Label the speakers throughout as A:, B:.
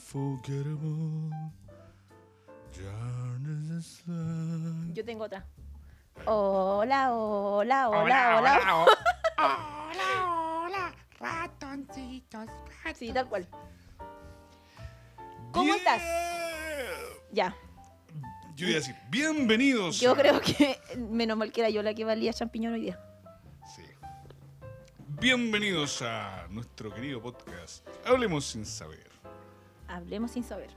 A: Unforgettable. Dark as the sun.
B: Yo tengo otra. Hola, hola, hola, hola.
C: Hola, hola, ratoncitos.
B: Sí, tal cual. ¿Cómo estás?
A: Bien-
B: Ya.
A: Yo iba a decir, bienvenidos.
B: Yo
A: a-
B: creo que menos mal que era yo la que valía champiñón hoy día.
A: Sí. Bienvenidos a nuestro querido podcast. Hablemos sin saber.
B: Hablemos sin saber.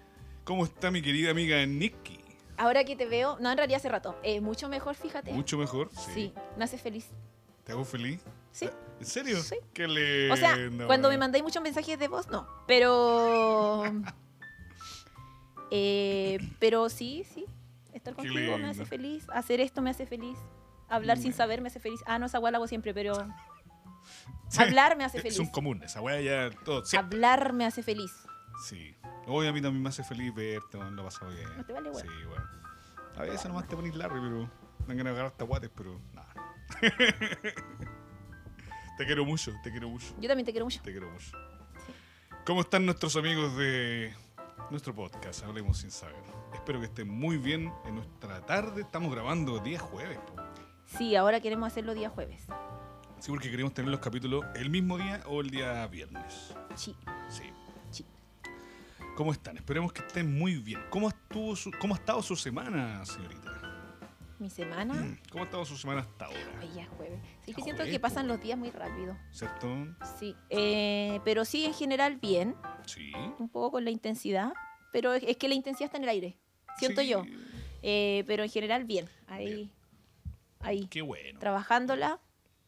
A: ¿Cómo está mi querida amiga Nikki?
B: Ahora que te veo, no, en realidad hace rato. Eh, mucho mejor, fíjate.
A: Mucho mejor.
B: sí. me hace feliz.
A: ¿Te hago feliz?
B: Sí.
A: ¿En serio?
B: Sí.
A: Qué lindo.
B: O sea, cuando me mandáis muchos mensajes de voz, no. Pero. Eh, pero sí, sí. Estar contigo me
A: lindo.
B: hace feliz. Hacer esto me hace feliz. Hablar sin
A: Ya.
B: saber me hace feliz. Ah, no, esa guay la hago siempre, pero. Hablar me hace
A: Es
B: feliz. Ah.
A: un común, esa wea ya todo. Sí.
B: Hablar me hace feliz.
A: sí. Hoy a mí también me hace feliz verte, weón, lo pasado bien.
B: No te vale, weón.
A: Sí, weón. A veces nomás te pones Larry, pero. Me han ganado agarrar hasta guates, pero. Nada. te quiero mucho, te quiero mucho.
B: Yo también te quiero mucho.
A: Te quiero mucho. ¿Cómo están nuestros amigos de nuestro podcast? Hablemos sin saber. Espero que estén muy bien en nuestra tarde. Estamos grabando día jueves. po.
B: Sí, ahora queremos hacerlo día jueves.
A: Sí, porque queremos tener los capítulos el mismo día o el día viernes.
B: Sí.
A: Sí.
B: Sí.
A: ¿Cómo están? Esperemos que estén muy bien. ¿Cómo, estuvo su- cómo ha estado su semana, señorita?
B: Mi semana.
A: ¿Cómo ha estado su semana hasta ahora?
B: Ay, ya es jueves. Sí, que
A: Mm. Ya
B: siento
A: jueves,
B: que
A: po.
B: pasan los días muy rápido.
A: ¿Cierto?
B: Sí. Eh, pero sí, en general, bien.
A: Sí.
B: un poco con la intensidad, pero es, es que la intensidad está en el aire, siento
A: Sí.
B: yo. Eh, pero en general, bien, ahí,
A: Bien.
B: ahí,
A: Qué bueno.
B: trabajándola,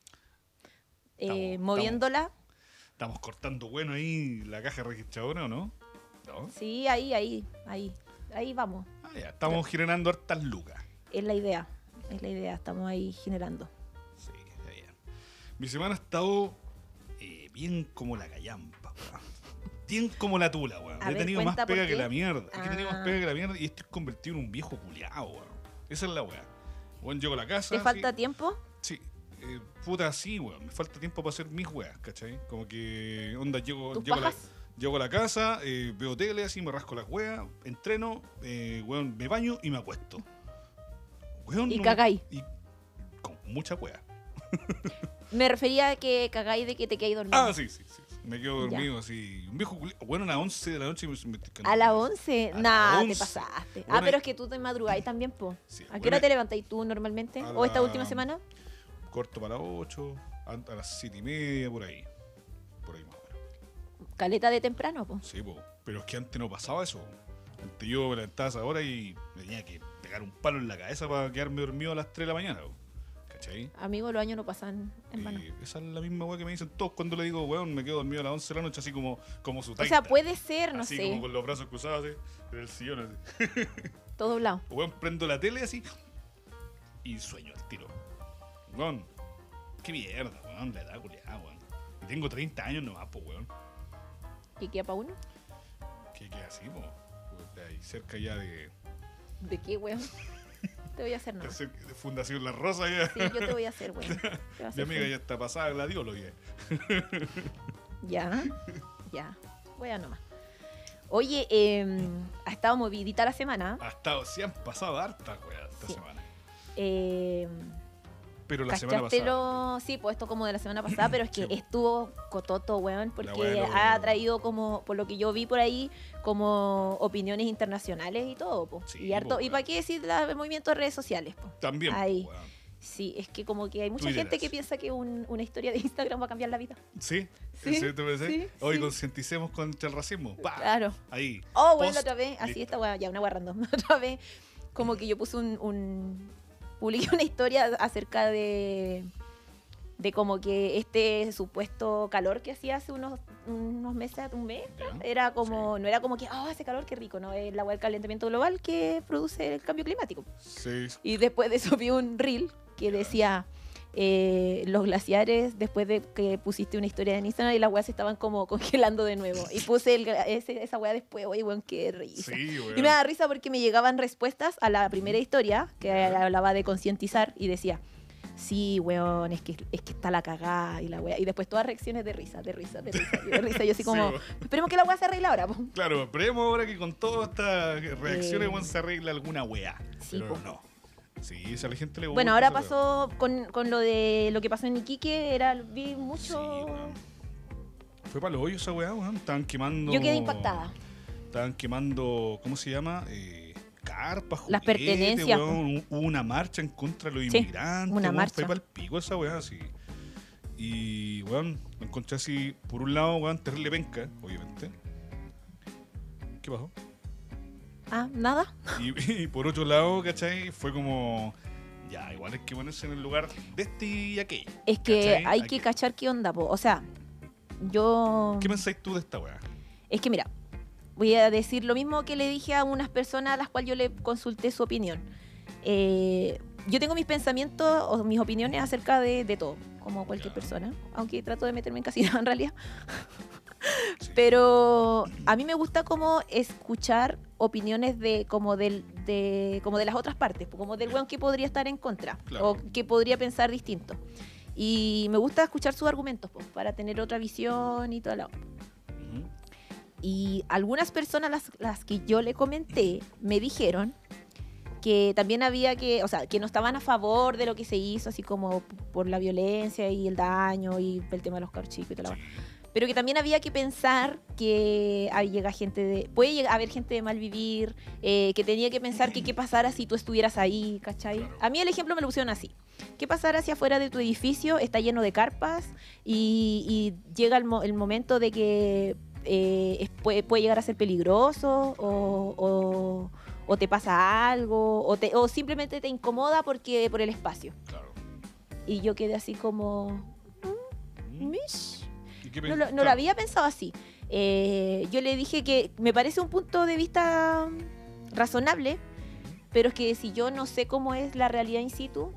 B: eh,
A: Estamos- estamos-
B: moviéndola,
A: Estamos cortando bueno ahí la caja registradora, ¿o no? No.
B: sí, ahí, ahí, ahí, ahí vamos,
A: Ah, ya. Estamos generando hartas lucas.
B: es la idea, es la idea, estamos ahí generando.
A: Sí, está bien. Mi semana ha estado eh, bien como la callampa, weón. Bien como la tula, weón.
B: A
A: He
B: ver,
A: tenido más
B: cuenta por
A: pega que
B: qué.
A: la mierda. Es que he tenido más
B: Ah.
A: pega que la mierda y estoy convertido en un viejo culiao, weón. Esa es la weá. Weón, llego a la casa.
B: ¿Te
A: Ah, sí,
B: falta tiempo?
A: Sí. Eh, puta, sí, weón. Me falta tiempo para hacer mis weas, ¿cachai? Como que, onda, llego,
B: ¿Tus
A: llego, a, la,
B: pajas?
A: llego a la casa, eh, veo tele, así me rasco las weas, entreno, eh, weón, me baño y me acuesto. Weón,
B: Y
A: no me-
B: cagáis.
A: y- con mucha wea.
B: Me refería a que cagáis de que te quedáis dormido.
A: Ah, sí, sí, sí. Me quedo
B: Ya.
A: dormido así. Un viejo culi- Bueno, a las 11 de la noche me me-
B: A las 11,
A: A
B: nada,
A: las
B: te
A: 11.
B: pasaste. ah,
A: Bueno,
B: pero
A: y-
B: es que tú te madrugáis también, po.
A: Sí,
B: ¿A qué
A: bueno,
B: hora te levantáis tú normalmente?
A: a
B: ¿O esta
A: la-
B: última semana?
A: Corto para las 8, a, a las 7 y media, por ahí. Por ahí más o menos.
B: Caleta de temprano, po.
A: Sí, po. Pero es que antes no pasaba eso. Antes yo me levantaba a esa hora y me tenía que pegar un palo en la cabeza para quedarme dormido a las 3 de la mañana, po. ¿Cachai?
B: Amigo, los años no pasan en vano.
A: Y esa es la misma weá que me dicen todos cuando le digo, weón, me quedo dormido a las 11 de la noche, así como, como su
B: O
A: taita.
B: sea, puede ser, no
A: así
B: sé,
A: como con los brazos cruzados, así, en el sillón, así.
B: todo doblado.
A: Weón, prendo la tele así y sueño al tiro. Weón, qué mierda, weón, la edad culiada, weón. Y tengo 30 años nomás, po, weón.
B: ¿Y queda para uno?
A: ¿Qué queda así, po? Puta, Y cerca ya de,
B: ¿De qué, weón? Te voy a hacer
A: de
B: nada. Sí,
A: cer- de Fundación La Rosa ya.
B: yo te voy a hacer, weón. Te voy a
A: Mi
B: hacer
A: amiga ya
B: feliz.
A: está pasada gladiolo ya.
B: Ya, ya. Voy a nomás. Oye, eh, ha estado movidita la semana.
A: Ha estado, se han pasado hartas, weón, esta
B: Sí.
A: semana.
B: Eh,
A: Pero la semana
B: ¿Cachaste
A: pasada.
B: lo...? Sí, pues esto como de la semana pasada, pero es que
A: Sí, po.
B: estuvo cototo, weón, porque
A: weá lo-
B: ha traído como, por lo que yo vi por ahí, como opiniones internacionales y todo, po.
A: Sí,
B: y harto,
A: po,
B: y
A: weón.
B: para qué decir la- el movimiento de redes sociales, po.
A: También, po,
B: Ay.
A: weón.
B: Sí, es que como que hay mucha
A: Twitter
B: gente que
A: es.
B: piensa que un- una historia de Instagram va a cambiar la vida.
A: ¿Sí?
B: Sí,
A: ¿Sí? ¿Te parece?
B: sí,
A: Hoy
B: sí. Ah.
A: concienticemos contra el racismo. Pa,
B: Claro.
A: Ahí.
B: Oh, bueno,
A: Post,
B: la otra vez, así
A: listo.
B: esta weá, ya una weá random. Otra vez, como que yo puse un, un- publiqué una historia acerca de. de como que este supuesto calor que hacía hace unos, unos meses, un mes,
A: Ya.
B: era como. no era como que, oh, hace calor, qué rico, ¿no? Es la weá del calentamiento global que produce el cambio climático.
A: Sí,
B: Y después de eso vi un reel que decía eh, los glaciares, después de que pusiste una historia en Instagram y las weas se estaban como congelando de nuevo. Y puse el gra- ese- esa wea después, oye, weón, qué risa.
A: sí,
B: Y
A: weón.
B: me da risa porque me llegaban respuestas a la primera historia que hablaba de concientizar y decía, sí, weón, es que, es que está la cagada y la weá. Y después todas reacciones de risa, de risa, de risa, y de risa. Yo
A: Sí,
B: así como,
A: weón.
B: esperemos que la weá se arregle ahora. po".
A: Claro, esperemos ahora que con todas estas reacciones
B: Eh.
A: weón, se arregla alguna weá.
B: Sí,
A: pero
B: po.
A: no. Sí, si a la gente le gusta.
B: Bueno, ahora
A: esa weá.
B: pasó con, con lo de lo que pasó en Iquique, era, vi
A: Sí,
B: mucho...
A: weón. Fue para los hoyos esa weá, weón. Estaban quemando.
B: Yo quedé impactada.
A: Estaban quemando, ¿cómo se llama? Eh, carpas,
B: Las
A: juguetes,
B: pertenencias, po.
A: weón. Hubo una marcha en contra de los
B: Sí,
A: inmigrantes.
B: una
A: weón.
B: marcha.
A: Fue para el pico esa weá, así. Y, weón, lo encontré así, por un lado, weón, terrible penca, obviamente. ¿Qué pasó?
B: Ah, nada.
A: Y, y por otro lado, ¿cachai? Fue como, ya, igual hay que ponerse en el lugar de este y aquel.
B: Es que
A: ¿Cachai?
B: hay
A: Hay
B: que
A: que-
B: cachar qué onda, po. O sea, yo...
A: ¿Qué pensáis tú de esta weá?
B: Es que mira, voy a decir lo mismo que le dije a unas personas a las cuales yo le consulté su opinión. Eh, yo tengo mis pensamientos o mis opiniones acerca de, de todo, como cualquier
A: Ya.
B: persona, aunque trato de meterme en casi nada en realidad.
A: Sí.
B: Pero a mí me gusta como escuchar opiniones de como del de como de las otras partes, como del weón que podría estar en contra
A: Claro.
B: o que podría pensar distinto. Y me gusta escuchar sus argumentos po, para tener otra visión y toda la
A: Ujú.
B: y algunas personas, las, las que yo le comenté, me dijeron que también había que, o sea, que no estaban a favor de lo que se hizo, así como p- por la violencia y el daño y el tema de los cabros chicos y toda la
A: Sí.
B: wea. Pero que también había que pensar que ahí llega gente de, puede llegar, haber gente de mal vivir, eh, que tenía que pensar que qué pasara si tú estuvieras ahí, ¿cachai?
A: Claro.
B: A mí el ejemplo me lo pusieron así. ¿Qué pasará si afuera de tu edificio está lleno de carpas y, y llega el, mo- el momento de que eh, es- puede, puede llegar a ser peligroso o, o- o te pasa algo o, te- o simplemente te incomoda porque por el espacio?
A: Claro.
B: Y yo quedé así como...
A: Ujú.
B: "Mish".
A: ¿Y qué
B: No
A: pen-
B: lo, no lo
A: Mm. claro.
B: había pensado así. Eh, yo le dije que me parece un punto de vista razonable, pero es que si yo no sé cómo es la realidad in situ,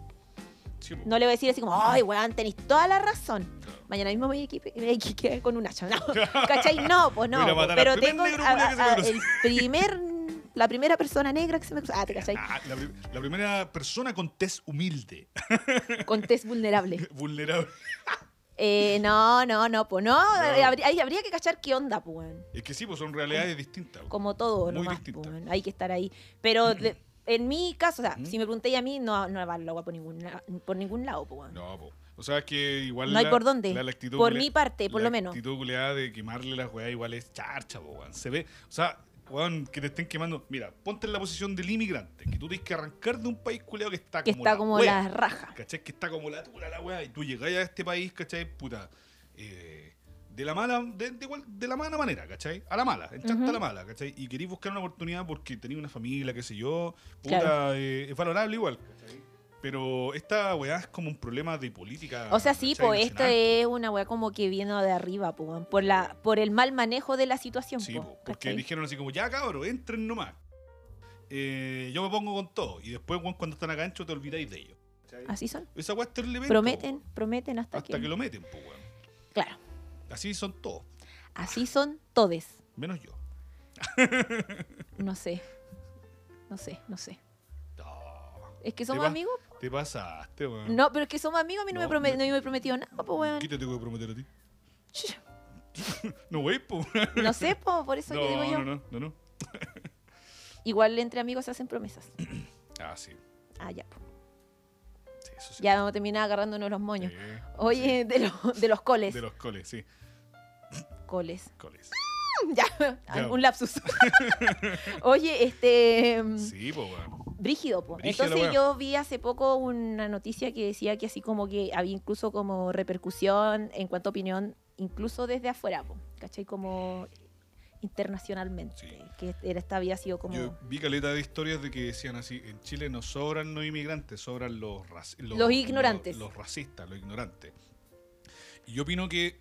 A: Sí, po.
B: no le voy a decir así como, ay, weón, tenéis toda la razón.
A: Claro.
B: Mañana mismo me voy a equipe- me voy a equipear con un hacha. No, ¿Cachai? No, pues no.
A: Voy a
B: po,
A: matar al
B: pero
A: primer
B: tengo
A: negro culiao
B: a-
A: que se me
B: a-
A: cruce.
B: el primer, la primera persona negra que se me cruza. Ah, te cachai.
A: Ah, la, pri- la primera persona con test humilde,
B: Con test vulnerable.
A: vulnerable.
B: Eh, no, no, no, pues no. eh, habría- ahí habría que cachar qué onda, pues. weón.
A: Es que sí, pues son realidades distintas. po.
B: como todo,
A: Muy
B: nomás,
A: distinta. Mm.
B: po, weón, hay que estar ahí. Pero de- en mi caso, o sea,
A: Ujú.
B: si me preguntéis a mí, no, no va la agua por ningún, la- por ningún lado, po, weón.
A: No, po. O sea, que igual.
B: No hay
A: la-
B: por dónde.
A: la- la actitud
B: por
A: culea-
B: mi parte, por
A: la
B: lo menos.
A: actitud culeada de quemarle las weas igual es charcha, po, weón. Se ve. O sea, weón, que te estén quemando. Mira, ponte en la posición del inmigrante, que tú tienes que arrancar de un país culeado que está
B: Que
A: como
B: está
A: la
B: como
A: wea,
B: la raja.
A: ¿Cachai? Que está como la tula la wea. Y tú llegas a este país, ¿cachai? Puta. eh, de la mala, de, de igual- de la mala manera, ¿cachai? A la mala, entraste a la
B: Ujú.
A: mala, ¿cachai? Y querís buscar una oportunidad porque tenéis una familia, qué sé yo. Puta,
B: Claro.
A: eh, es valorable igual. ¿cachai? Pero esta weá es como un problema de política.
B: O sea, sí,
A: ¿cachai?
B: pues esto
A: nacional.
B: es una weá como que viene de arriba, po, weón, por, la, por el mal manejo de la situación.
A: Sí,
B: po,
A: po, porque
B: ¿cachai?
A: dijeron así como, ya cabros, entren nomás. Eh, yo me pongo con todo. Y después, weón, cuando están a gancho, te olvidáis de ellos.
B: Así son.
A: Esa weá es terrible. penca,
B: Prometen,
A: po,
B: prometen hasta,
A: Hasta que lo meten, pues,
B: Claro,
A: Así son todos,
B: así son todes.
A: menos yo.
B: No sé, no sé, no sé.
A: No,
B: Es que
A: Te
B: somos
A: va-
B: amigos.
A: te pasaste, weón.
B: No, pero es que somos amigos, a mí no,
A: No,
B: me, prome-
A: me-
B: no me prometió nada, po, weón.
A: ¿Qué te tengo que prometer a ti? No, wey, po.
B: No sé, po, por eso que digo yo.
A: No, no, no, no, no.
B: Igual entre amigos se hacen promesas.
A: Ah, sí.
B: Ah, ya, po.
A: Sí, eso sí.
B: Ya vamos a terminar agarrándonos los moños.
A: Sí,
B: Oye, de, lo- de los
A: sí.
B: coles.
A: De los coles, sí.
B: Coles.
A: Coles.
B: ya,
A: Ya.
B: un lapsus. Oye, este. mm,
A: Sí, po, weón.
B: Brígido, po.
A: Brígida la
B: Entonces
A: weá.
B: yo vi hace poco una noticia que decía que así como que había incluso como repercusión en cuanto a opinión, incluso desde afuera, po. ¿Cachai? Como internacionalmente.
A: Sí.
B: Que era- esta había sido como.
A: Yo vi caleta de historias de que decían así, en Chile no sobran los inmigrantes, sobran los raci-
B: Los ignorantes.
A: Los, racistas, los ignorantes. Y yo opino que,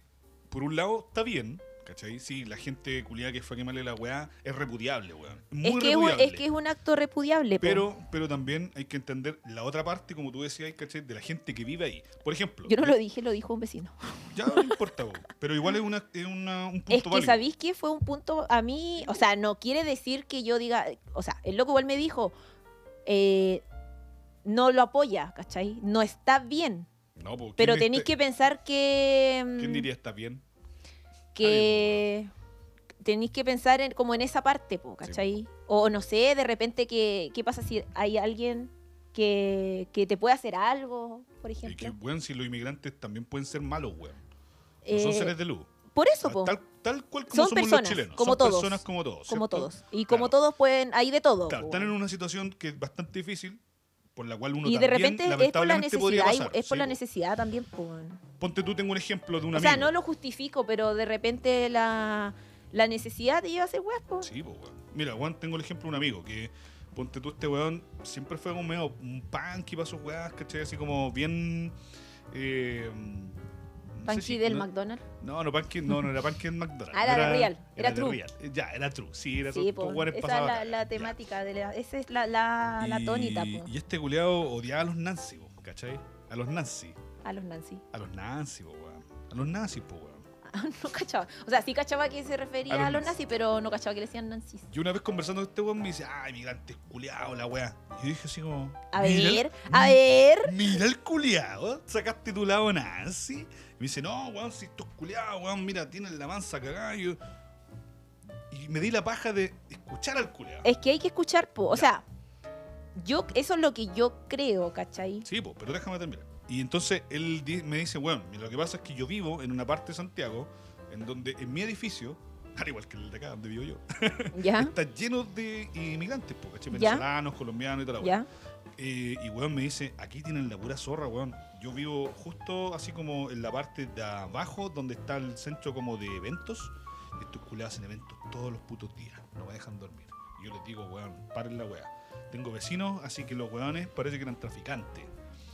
A: por un lado, está bien, ¿cachai? Sí, la gente culiada que fue a quemarle la weá es repudiable, weón. Muy
B: es, que es, un,
A: repudiable.
B: es que es un acto repudiable, po.
A: pero, pero también hay que entender la otra parte, como tú decías, ¿cachai? De la gente que vive ahí. Por ejemplo,
B: Yo no lo dije, lo dijo un vecino.
A: ya no importa, weón, pero igual es, una, es una- un punto
B: Es que,
A: válido.
B: ¿sabéis que fue un punto a mí? O sea, no quiere decir que yo diga. O sea, el loco igual me dijo. eh, no lo apoya, ¿cachai? No está bien.
A: No, pues, ¿quién
B: Pero
A: este-
B: tenéis que pensar que... mm,
A: ¿Quién diría Ah, está bien?
B: que tenéis que pensar en- como en esa parte, po, ¿cachai? O no sé, de repente, ¿qué, qué pasa si hay alguien que, que te puede hacer algo, por
A: Y que,
B: ejemplo?
A: weón, si los inmigrantes también pueden ser malos, weón. No
B: Eh,
A: son seres de luz.
B: por eso, po,
A: Tal, tal cual como
B: Son
A: somos
B: personas,
A: los chilenos.
B: como
A: son
B: todos.
A: personas como todos.
B: como
A: ¿cierto?
B: todos. Y como
A: Claro.
B: todos pueden, hay de todo.
A: Claro,
B: po,
A: están en
B: weón.
A: una situación que es bastante difícil, por la cual uno
B: y de
A: también,
B: repente es por la
A: lamentablemente, podría
B: necesidad,
A: pasar.
B: y- es por
A: sí,
B: la
A: po.
B: necesidad también, po, weón.
A: Ponte tú, tengo un ejemplo de un
B: O
A: amigo.
B: sea, no lo justifico, pero de repente la, la necesidad te lleva a ser weas, po.
A: Sí, po, weón. Mira, Juan, tengo el ejemplo de un amigo que, ponte tú, este weón siempre fue un medio un punk para sus weas, ¿cachai? Así como bien. Eh, no sé
B: Panqui
A: si-
B: del
A: no-
B: McDonald's.
A: No, no, Panky, no, no era Panky en McDonald's.
B: Ah, era de Real, era
A: de
B: True.
A: Real. Eh, Ya, era True. Sí, era
B: Sí,
A: True.
B: po.
A: Estos weones
B: Esa es
A: pasaban
B: la,
A: cagar,
B: la
A: ya.
B: temática, de la- esa es la, la, la
A: Y-
B: tónica, po.
A: Y este culeado odiaba a los Nancy, po, ¿cachai? A los Nancy.
B: A los Nancy.
A: A los Nancy, po, weón. A los Nancy, po, weón.
B: Ah, No cachaba. O sea, sí cachaba que se refería
A: A
B: a
A: los
B: los,
A: nazis.
B: nazis, pero no cachaba que le decían nazis.
A: Y una vez conversando con este weón me dice, ay, migrante culeado, la weá. Y yo dije así como.
B: A
A: "Mira el-
B: ver,
A: mi-
B: a ver.
A: Mira el culeado, sacaste tu lado Nancy. Y me dice, no, weón, si estos culeados, weón, mira, tienen la manza cagada. Y, yo- y me di la paja de escuchar al culeado.
B: Es que hay que escuchar, po. O
A: Ya.
B: sea, yo, eso es lo que yo creo, ¿cachai?
A: Sí, po, pero déjame terminar. Y entonces él di- me dice, bueno, mira, lo que pasa es que yo vivo en una parte de Santiago en donde en mi edificio, al igual que el de acá donde vivo yo,
B: ¿Ya?
A: está lleno de inmigrantes, po, ¿cachai?
B: Ya.
A: venezolanos, colombianos y tal.
B: ¿Ya?
A: Eh, y weón me dice, aquí tienen la pura zorra, weón. Yo vivo justo así como en la parte de abajo donde está el centro como de eventos. Y estos culiados hacen eventos todos los putos días. No me dejan dormir. Y yo les digo, weón, paren la weá. Tengo vecinos, así que los weones parece que eran traficantes.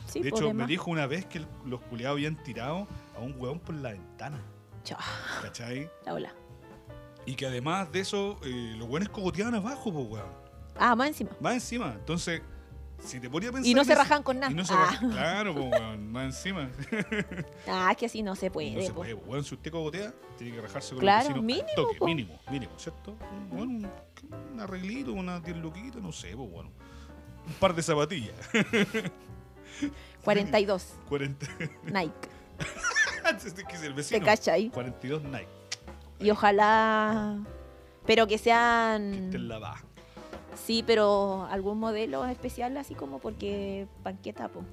B: Sí,
A: De
B: po,
A: hecho, me
B: además.
A: dijo una vez que el- los culiados habían tirado a un huevón por la ventana,
B: Chao,
A: ¿cachai?
B: la ola.
A: Y que además de eso, eh, los hueones cogoteaban abajo, pues, hueón.
B: Ah, más encima.
A: Más encima. Entonces, si te ponía a pensar...
B: Y no
A: en
B: se
A: eso-
B: rajan con nada.
A: Y no se
B: ah.
A: rajan, claro, pues, hueón, más encima.
B: Ah, es que así no se puede,
A: no se
B: po.
A: puede, pues, hueón, si usted cogotea, tiene que rajarse con
B: Claro,
A: los vecinos al
B: mínimo,
A: toque,
B: po.
A: mínimo, mínimo, ¿cierto? Un, hueón, un, un arreglito, una diez luquitas, no sé, pues, hueón. Un par de zapatillas.
B: 42,
A: 40...
B: Nike.
A: Antes de que sea el
B: ¿Te
A: vecino.
B: cachai?
A: 42 Nike,
B: Y ojalá. Pero que sean.
A: que esté en la baja.
B: Sí, pero algún modelo especial, así como porque panqueta, po.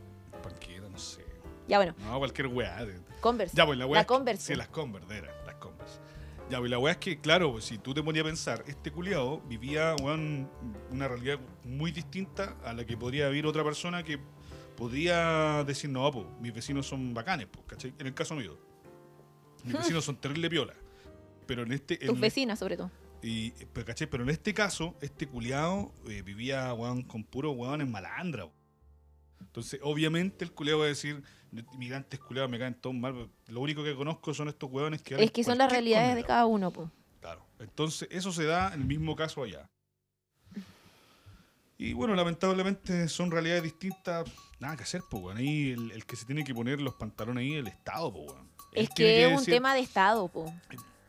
A: Panquera, no sé.
B: Ya bueno,
A: No, cualquier weá. de-
B: Converse.
A: Ya, pues la weá.
B: La
A: es que-
B: Converse.
A: Sí, las Converse, era, las Converse. Ya, pues la weá es que, claro, pues, si tú te ponías a pensar, este culiado vivía weón, una realidad muy distinta a la que podría vivir otra persona que podría decir, no, pues mis vecinos son bacanes, pues, ¿cachai? En el caso mío, mis vecinos son terrible piola. Pero en este.
B: Tus
A: en-
B: vecinas, sobre todo.
A: y, pero, ¿cachai? Pero en este caso, este culiado vivía weón, con puro weón en malandra. weón. Entonces, obviamente, el culiado va a decir: Migrantes culiados me caen todos mal. Lo único que conozco son estos hueones que.
B: Es que son las realidades de cada uno, po.
A: Claro. Entonces, eso se da en el mismo caso allá. Y bueno, lamentablemente son realidades distintas. Nada que hacer, pues, weón. Ahí el, el que se tiene que poner los pantalones ahí, el Estado, pues, weón. Él
B: Es
A: tiene
B: que es un
A: decir,
B: tema de Estado, po.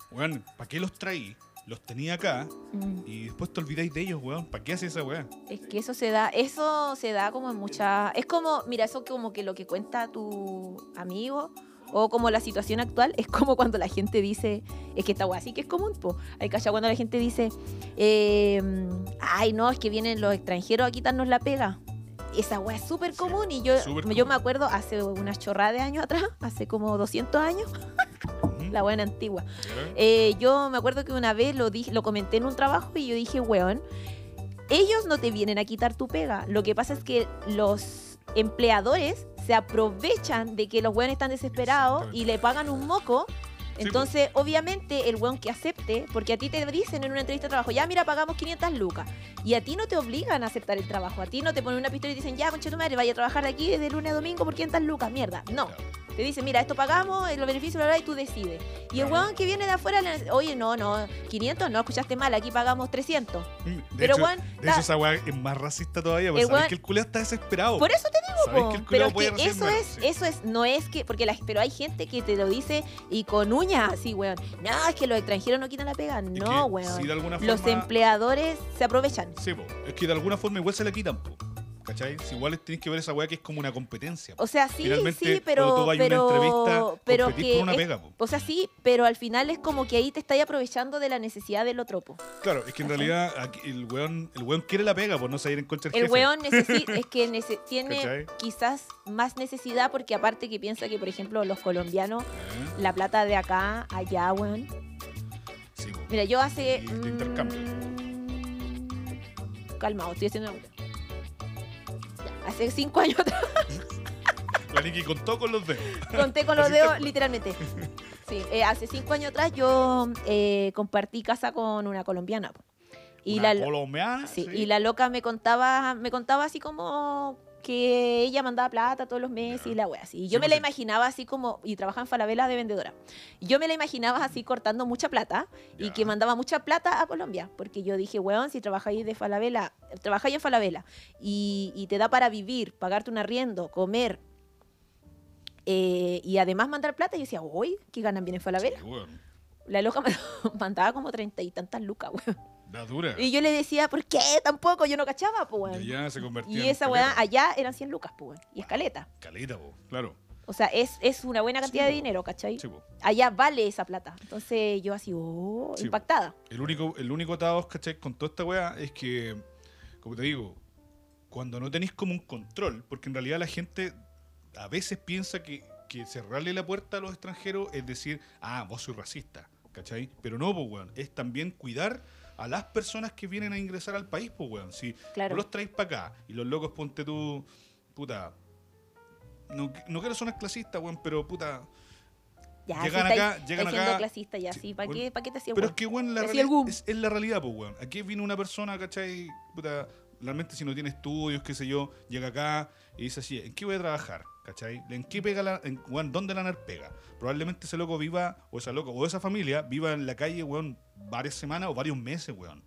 A: Weón, ¿para qué los traí? Los tenía acá,
B: Mm.
A: y después te olvidáis de ellos, weón. ¿Para qué haces esa weá?
B: Es que eso se da, eso se da como en muchas... Es como, mira, eso como que lo que cuenta tu amigo o como la situación actual es como cuando la gente dice, es que esta weá sí que es común, po. Hay cachado cuando la gente dice, eh, ay no, es que vienen los extranjeros a quitarnos la pega. Esa weá es súper
A: Sí,
B: común y yo,
A: súper
B: yo
A: común.
B: me acuerdo hace una chorrada de años atrás, hace como 200 años,
A: Ujú.
B: la buena antigua.
A: ¿Ya?
B: Eh, yo me acuerdo que una vez lo, dije, lo comenté en un trabajo y yo dije, weón, ellos no te vienen a quitar tu pega. Lo que pasa es que los empleadores se aprovechan de que los weones están desesperados y le pagan un moco.
A: Sí,
B: Entonces, obviamente, el weón que acepte, porque a ti te dicen en una entrevista de trabajo, ya mira, pagamos 500 lucas. Y a ti no te obligan a aceptar el trabajo. A ti no te ponen una pistola y te dicen, ya, concha tu madre, vaya a trabajar de aquí desde lunes a domingo por 500 lucas. Mierda. No.
A: Claro.
B: Te dicen, mira, esto pagamos, eh, los beneficios, bla, bla, y tú decides. Y el
A: Claro.
B: weón que viene de afuera, le- oye, no, no, 500, no, escuchaste mal, aquí pagamos 300.
A: Mm, De
B: Pero
A: hecho,
B: weón,
A: de
B: da-
A: hecho, esa weá es más racista todavía, porque
B: El
A: sabes
B: weón-
A: que el culiao está desesperado.
B: por eso te
A: Sabes
B: digo,
A: que el
B: po,
A: culiao
B: pero es
A: puede
B: que
A: recibir
B: eso
A: menos,
B: es,
A: sí.
B: eso es, no es que, porque la- pero hay gente que te lo dice y con uñas así, weón. No, es que los extranjeros no quitan la pega,
A: Es
B: no,
A: que,
B: weón.
A: si de alguna
B: los
A: forma-
B: empleadores se aprovechan.
A: Sí, po. Es que de alguna forma igual se la quitan, po. ¿Cachai? Si igual tienes que ver esa weá que es como una competencia. po.
B: O sea, Oh, sí,
A: Finalmente,
B: sí, pero.
A: cuando tú vas a una
B: pero,
A: entrevista,
B: pero
A: competís
B: que
A: por una
B: es-
A: pega, po.
B: O sea, sí, pero al final es como que ahí te estáis aprovechando de la necesidad del otro. po.
A: Claro, es que en
B: Ajá.
A: realidad aquí el weón, el weón quiere la pega por no salir en contra del
B: El
A: jefe.
B: weón necesi- es que nece- tiene
A: ¿Cachai?
B: quizás más necesidad porque, aparte, que piensa que, por ejemplo, los colombianos,
A: Ah,
B: la plata de acá, allá, weón.
A: Sí, po.
B: Mira, yo hace.
A: Y de intercambio.
B: mm, Calmado, estoy haciendo una. Ya, Hace cinco años atrás
A: La Niki contó con los dedos.
B: conté con los
A: Así
B: dedos,
A: te-
B: literalmente. Sí, eh, hace cinco años atrás yo eh, compartí casa con una colombiana. po. Y
A: Una
B: la,
A: colombiana.
B: Sí, y la loca me contaba, me contaba así como que ella mandaba plata todos los meses
A: Ya.
B: y la wea así. Y
A: Sí,
B: yo me
A: pues
B: la
A: sí.
B: imaginaba así como, y trabajaba en Falabella de vendedora. Y yo me la imaginaba así cortando mucha plata y
A: Ya.
B: que mandaba mucha plata a Colombia. Porque yo dije, weón, si trabajáis de Falabella, trabajáis en Falabella y, y te da para vivir, pagarte un arriendo, comer. eh, y además mandar plata, y yo decía, uy, que ganan bien en Falabella.
A: Sí, weón.
B: La loca mandaba como treinta y tantas lucas, weón.
A: La dura.
B: Y yo le decía, ¿por qué tampoco? Yo no cachaba, pues, weón.
A: Y allá se convertía
B: Y
A: en
B: esa
A: caleta.
B: weá allá eran 100 lucas, pues, weón. Y escaleta.
A: Caleta, po. Claro.
B: O sea, es, es una buena cantidad
A: Sí,
B: de
A: po.
B: dinero, ¿cachai?
A: Sí, po.
B: Allá vale esa plata. Entonces yo así, oh,
A: Sí, po.
B: impactada.
A: El único, el único atado, ¿cachai? Con toda esta weá es que, como te digo, cuando no tenéis como un control, porque en realidad la gente a veces piensa que, que cerrarle la puerta a los extranjeros es decir, ah, vos sois racista, ¿cachai? Pero no, pues, weón, es también cuidar a las personas que vienen a ingresar al país, pues, weón. Si
B: Claro.
A: vos los traes para acá y los locos ponte tú, puta. No, no quiero sonar clasista, weón, pero puta.
B: Ya,
A: Llegan acá,
B: sí, estáis-
A: llegan
B: estáis siendo
A: acá.
B: clasista, ya,
A: Sí,
B: sí. ¿Para
A: bueno.
B: qué, para qué te hacía
A: Pero
B: weón?
A: es que, weón, la
B: Así
A: realidad-
B: el boom.
A: es, es la realidad, pues, weón. Aquí viene una persona, ¿cachai? Puta, realmente si no tiene estudios, qué sé yo, llega acá y dice así, ¿en qué voy a trabajar? ¿Cachai? ¿En qué pega la... en- weón, ¿Dónde la NAR pega? Probablemente ese loco viva, o esa loco, o esa familia viva en la calle, weón, varias semanas o varios meses, weón.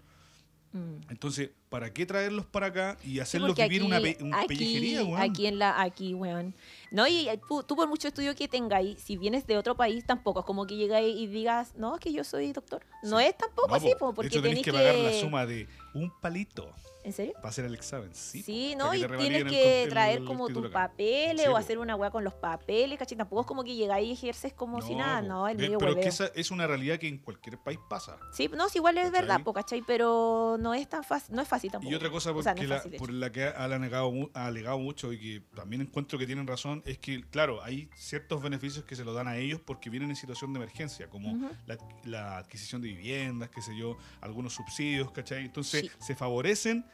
B: Mm.
A: Entonces, ¿para qué traerlos para acá y
B: Sí,
A: hacerlos
B: porque
A: vivir una, pe- un
B: aquí-
A: pellejería, weón?
B: Aquí en la, aquí, weón. No, y eh, tú, tú por mucho estudio que tengáis, si vienes de otro país, tampoco es como que llegáis y digas, no, es que yo soy doctor. No
A: Sí.
B: es tampoco
A: No,
B: así,
A: po.
B: po,
A: De
B: porque
A: hecho,
B: tenéis
A: tenés que pagar la suma de un palito
B: ¿En serio?
A: para hacer el examen, sí.
B: Sí,
A: po, para
B: ¿no?
A: que
B: Y
A: te revaliden
B: tienes
A: el
B: que
A: con- el
B: traer como
A: título
B: tus
A: acá.
B: papeles
A: Sí,
B: o
A: po.
B: hacer una weá con los papeles, ¿cachai? Tampoco es como que llegáis y ejerces como si nada,
A: po.
B: ¿no? El
A: Eh,
B: medio
A: Pero es que
B: hueveo.
A: esa es una realidad que en cualquier país pasa.
B: Sí, no, sí, igual es
A: ¿Cachai?
B: verdad, po, ¿cachai? Pero no es tan fácil, no es fácil tampoco.
A: Y otra cosa
B: O
A: porque
B: sea, no es
A: la-
B: fácil, de
A: por
B: hecho.
A: la que ha alegado, mu- ha alegado mucho y que también encuentro que tienen razón es que, claro, hay ciertos beneficios que se lo dan a ellos porque vienen en situación de emergencia, como
B: Ujú.
A: la, la adquisición de viviendas, qué sé yo, algunos subsidios, ¿cachai? Entonces
B: Sí.
A: se favorecen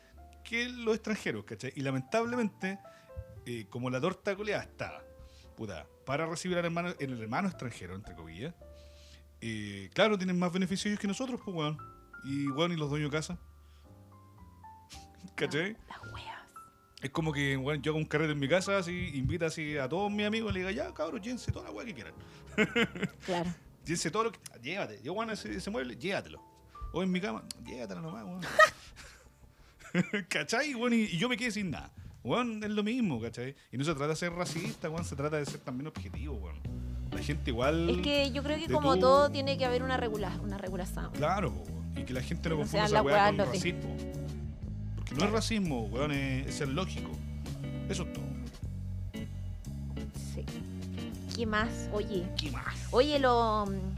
A: que los extranjeros, ¿cachai? Y lamentablemente, eh, como la torta coleada está, puta, para recibir al hermano, el hermano extranjero, entre comillas, eh, claro, tienen más beneficios ellos que nosotros, pues, weón. Y, weón, y los dueños de casa. ¿Cachai?
B: Ah, Las weas.
A: Es como que, weón, yo hago un carrete en mi casa, así, invita así a todos mis amigos, le diga, ya, cabros, llévense toda la weá que quieran.
B: Claro.
A: Llévense todo lo que. Llévate. Yo, bueno, ese, ese mueble, llévatelo. O en mi cama, llévatelo nomás, weón. ¿Cachai? Bueno, y, y yo me quedé sin nada. Weón, es lo mismo, ¿cachai? Y no se trata de ser racista, weón, se trata de ser también objetivo, weón. La gente igual.
B: Es que yo creo que
A: de
B: como
A: tu-
B: todo tiene que haber una regula, una regulación.
A: Claro, po, weón. y que la gente no
B: Que no
A: confunda esa
B: sean las
A: weá con
B: weas lotes.
A: racismo. Porque no es racismo, weón, es, es ser lógico. Eso es todo.
B: Sí. ¿Qué más? Oye,
A: ¿Qué más?
B: oye, lo, mm,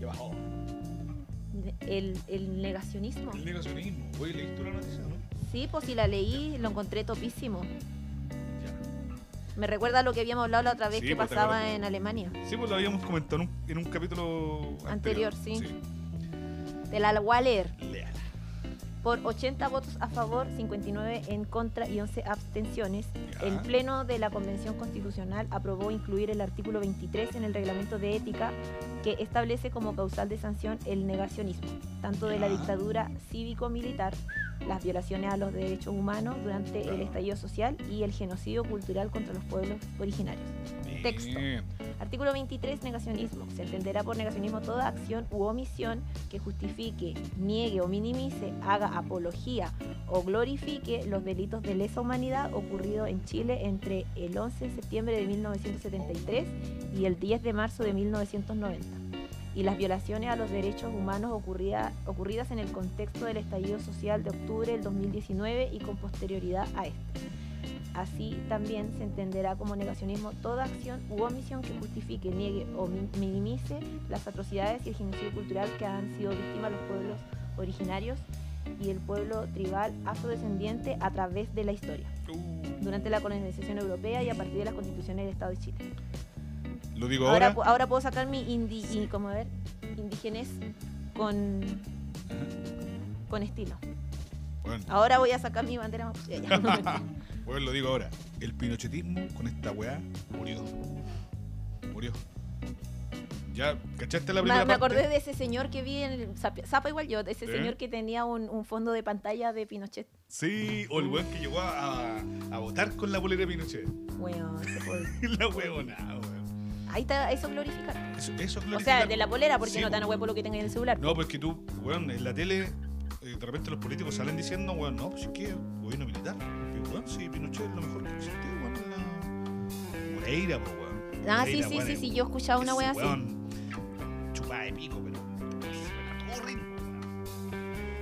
A: ¿Qué bajó?
B: el, el negacionismo.
A: El negacionismo. Oye, leíste tú la noticia, ¿no?
B: Sí, pues si la leí, lo encontré topísimo.
A: Ya.
B: Me recuerda a lo que habíamos hablado la otra vez
A: Sí,
B: que
A: pues, te
B: pasaba
A: acuerdas.
B: en Alemania.
A: Sí, pues lo habíamos comentado en un, en un capítulo anterior.
B: Anterior, sí. De la Waller,
A: Léala.
B: por 80 votos a favor, 59 en contra y 11 abstenciones,
A: Ya.
B: el Pleno de la Convención Constitucional aprobó incluir el artículo 23 en el reglamento de ética que establece como causal de sanción el negacionismo, tanto de la
A: Ya.
B: dictadura cívico-militar, las violaciones a los derechos humanos durante el
A: Claro.
B: estallido social y el genocidio cultural contra los pueblos originarios.
A: Bien.
B: Texto. Artículo 23, negacionismo. Se entenderá por negacionismo toda acción u omisión que justifique, niegue o minimice, haga apología o glorifique los delitos de lesa humanidad ocurridos en Chile entre el 11 de septiembre de 1973 y el 10 de marzo de 1990 y las violaciones a los derechos humanos ocurrida- ocurridas en el contexto del estallido social de octubre del 2019 y con posterioridad a este. Así también se entenderá como negacionismo toda acción u omisión que justifique, niegue o mi- minimice las atrocidades y el genocidio cultural que han sido víctimas los pueblos originarios y el pueblo tribal afrodescendiente a través de la historia,
A: Uh,
B: durante la colonización europea y a partir de las constituciones del Estado de Chile.
A: lo digo
B: Ahora,
A: ahora.
B: pu- ahora puedo sacar mi indi, y como ver, indígenes con, con estilo.
A: Bueno,
B: Ahora voy a sacar mi bandera mapuche. ya.
A: bueno, lo digo ahora. El pinochetismo con esta weá murió. Murió. Ya, ¿cachaste la primera
B: me, me
A: parte?
B: acordé de ese señor que vi en el Zap- Zapa igual yo, de ese
A: ¿Eh?
B: señor que tenía un, un fondo de pantalla de Pinochet.
A: Sí, o el weón que llegó a, a votar con la bolera de Pinochet.
B: Weón, qué por-
A: la huevonada, weón.
B: ahí está, eso es glorificar.
A: Eso, eso es
B: O sea,
A: glorificar.
B: de la polera, porque
A: Sí,
B: no
A: po.
B: tan huevo lo que tenga en el celular.
A: No, porque tú, weón, en la tele, eh, de repente los políticos salen diciendo, weón, no, pues es que gobierno militar. Pero, weón, sí, Pinochet es lo mejor que existió, weón. la- Moreira, pues, weón.
B: ah, sí,
A: Moreira,
B: sí,
A: weón,
B: sí,
A: es-
B: sí, yo escuchaba una
A: ese
B: wea así.
A: weón, Chupada de pico, pero. pero todo horrible, weón.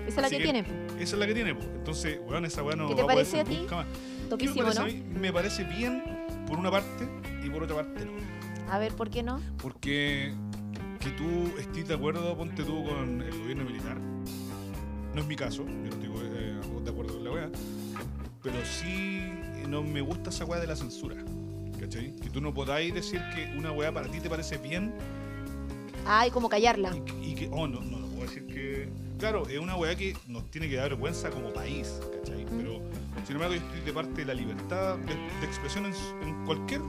B: Esa es la
A: Así
B: que,
A: que-
B: tiene.
A: Esa es la que tiene, pues. Entonces, weón, esa weón no
B: ¿Qué te
A: va poder
B: parece a
A: ser
B: ti?
A: nunca más. ¿Qué me
B: Topísimo,
A: parece
B: ¿no?
A: a mí? Me parece bien, por una parte, y por otra parte no.
B: A ver, ¿por qué no?
A: Porque que tú estés de acuerdo, ponte tú con el gobierno militar. No es mi caso, yo no estoy eh, de acuerdo con la weá. Pero sí no me gusta esa weá de la censura. ¿Cachai? Que tú no podáis decir que una weá para ti te parece bien
B: Ay, como callarla.
A: y, que- y que. Oh, no, no, no puedo decir que. Claro, es una weá que nos tiene que dar vergüenza como país, ¿cachai? Pero sin embargo, yo estoy de parte de la libertad de, de expresión en, s- en cualquier,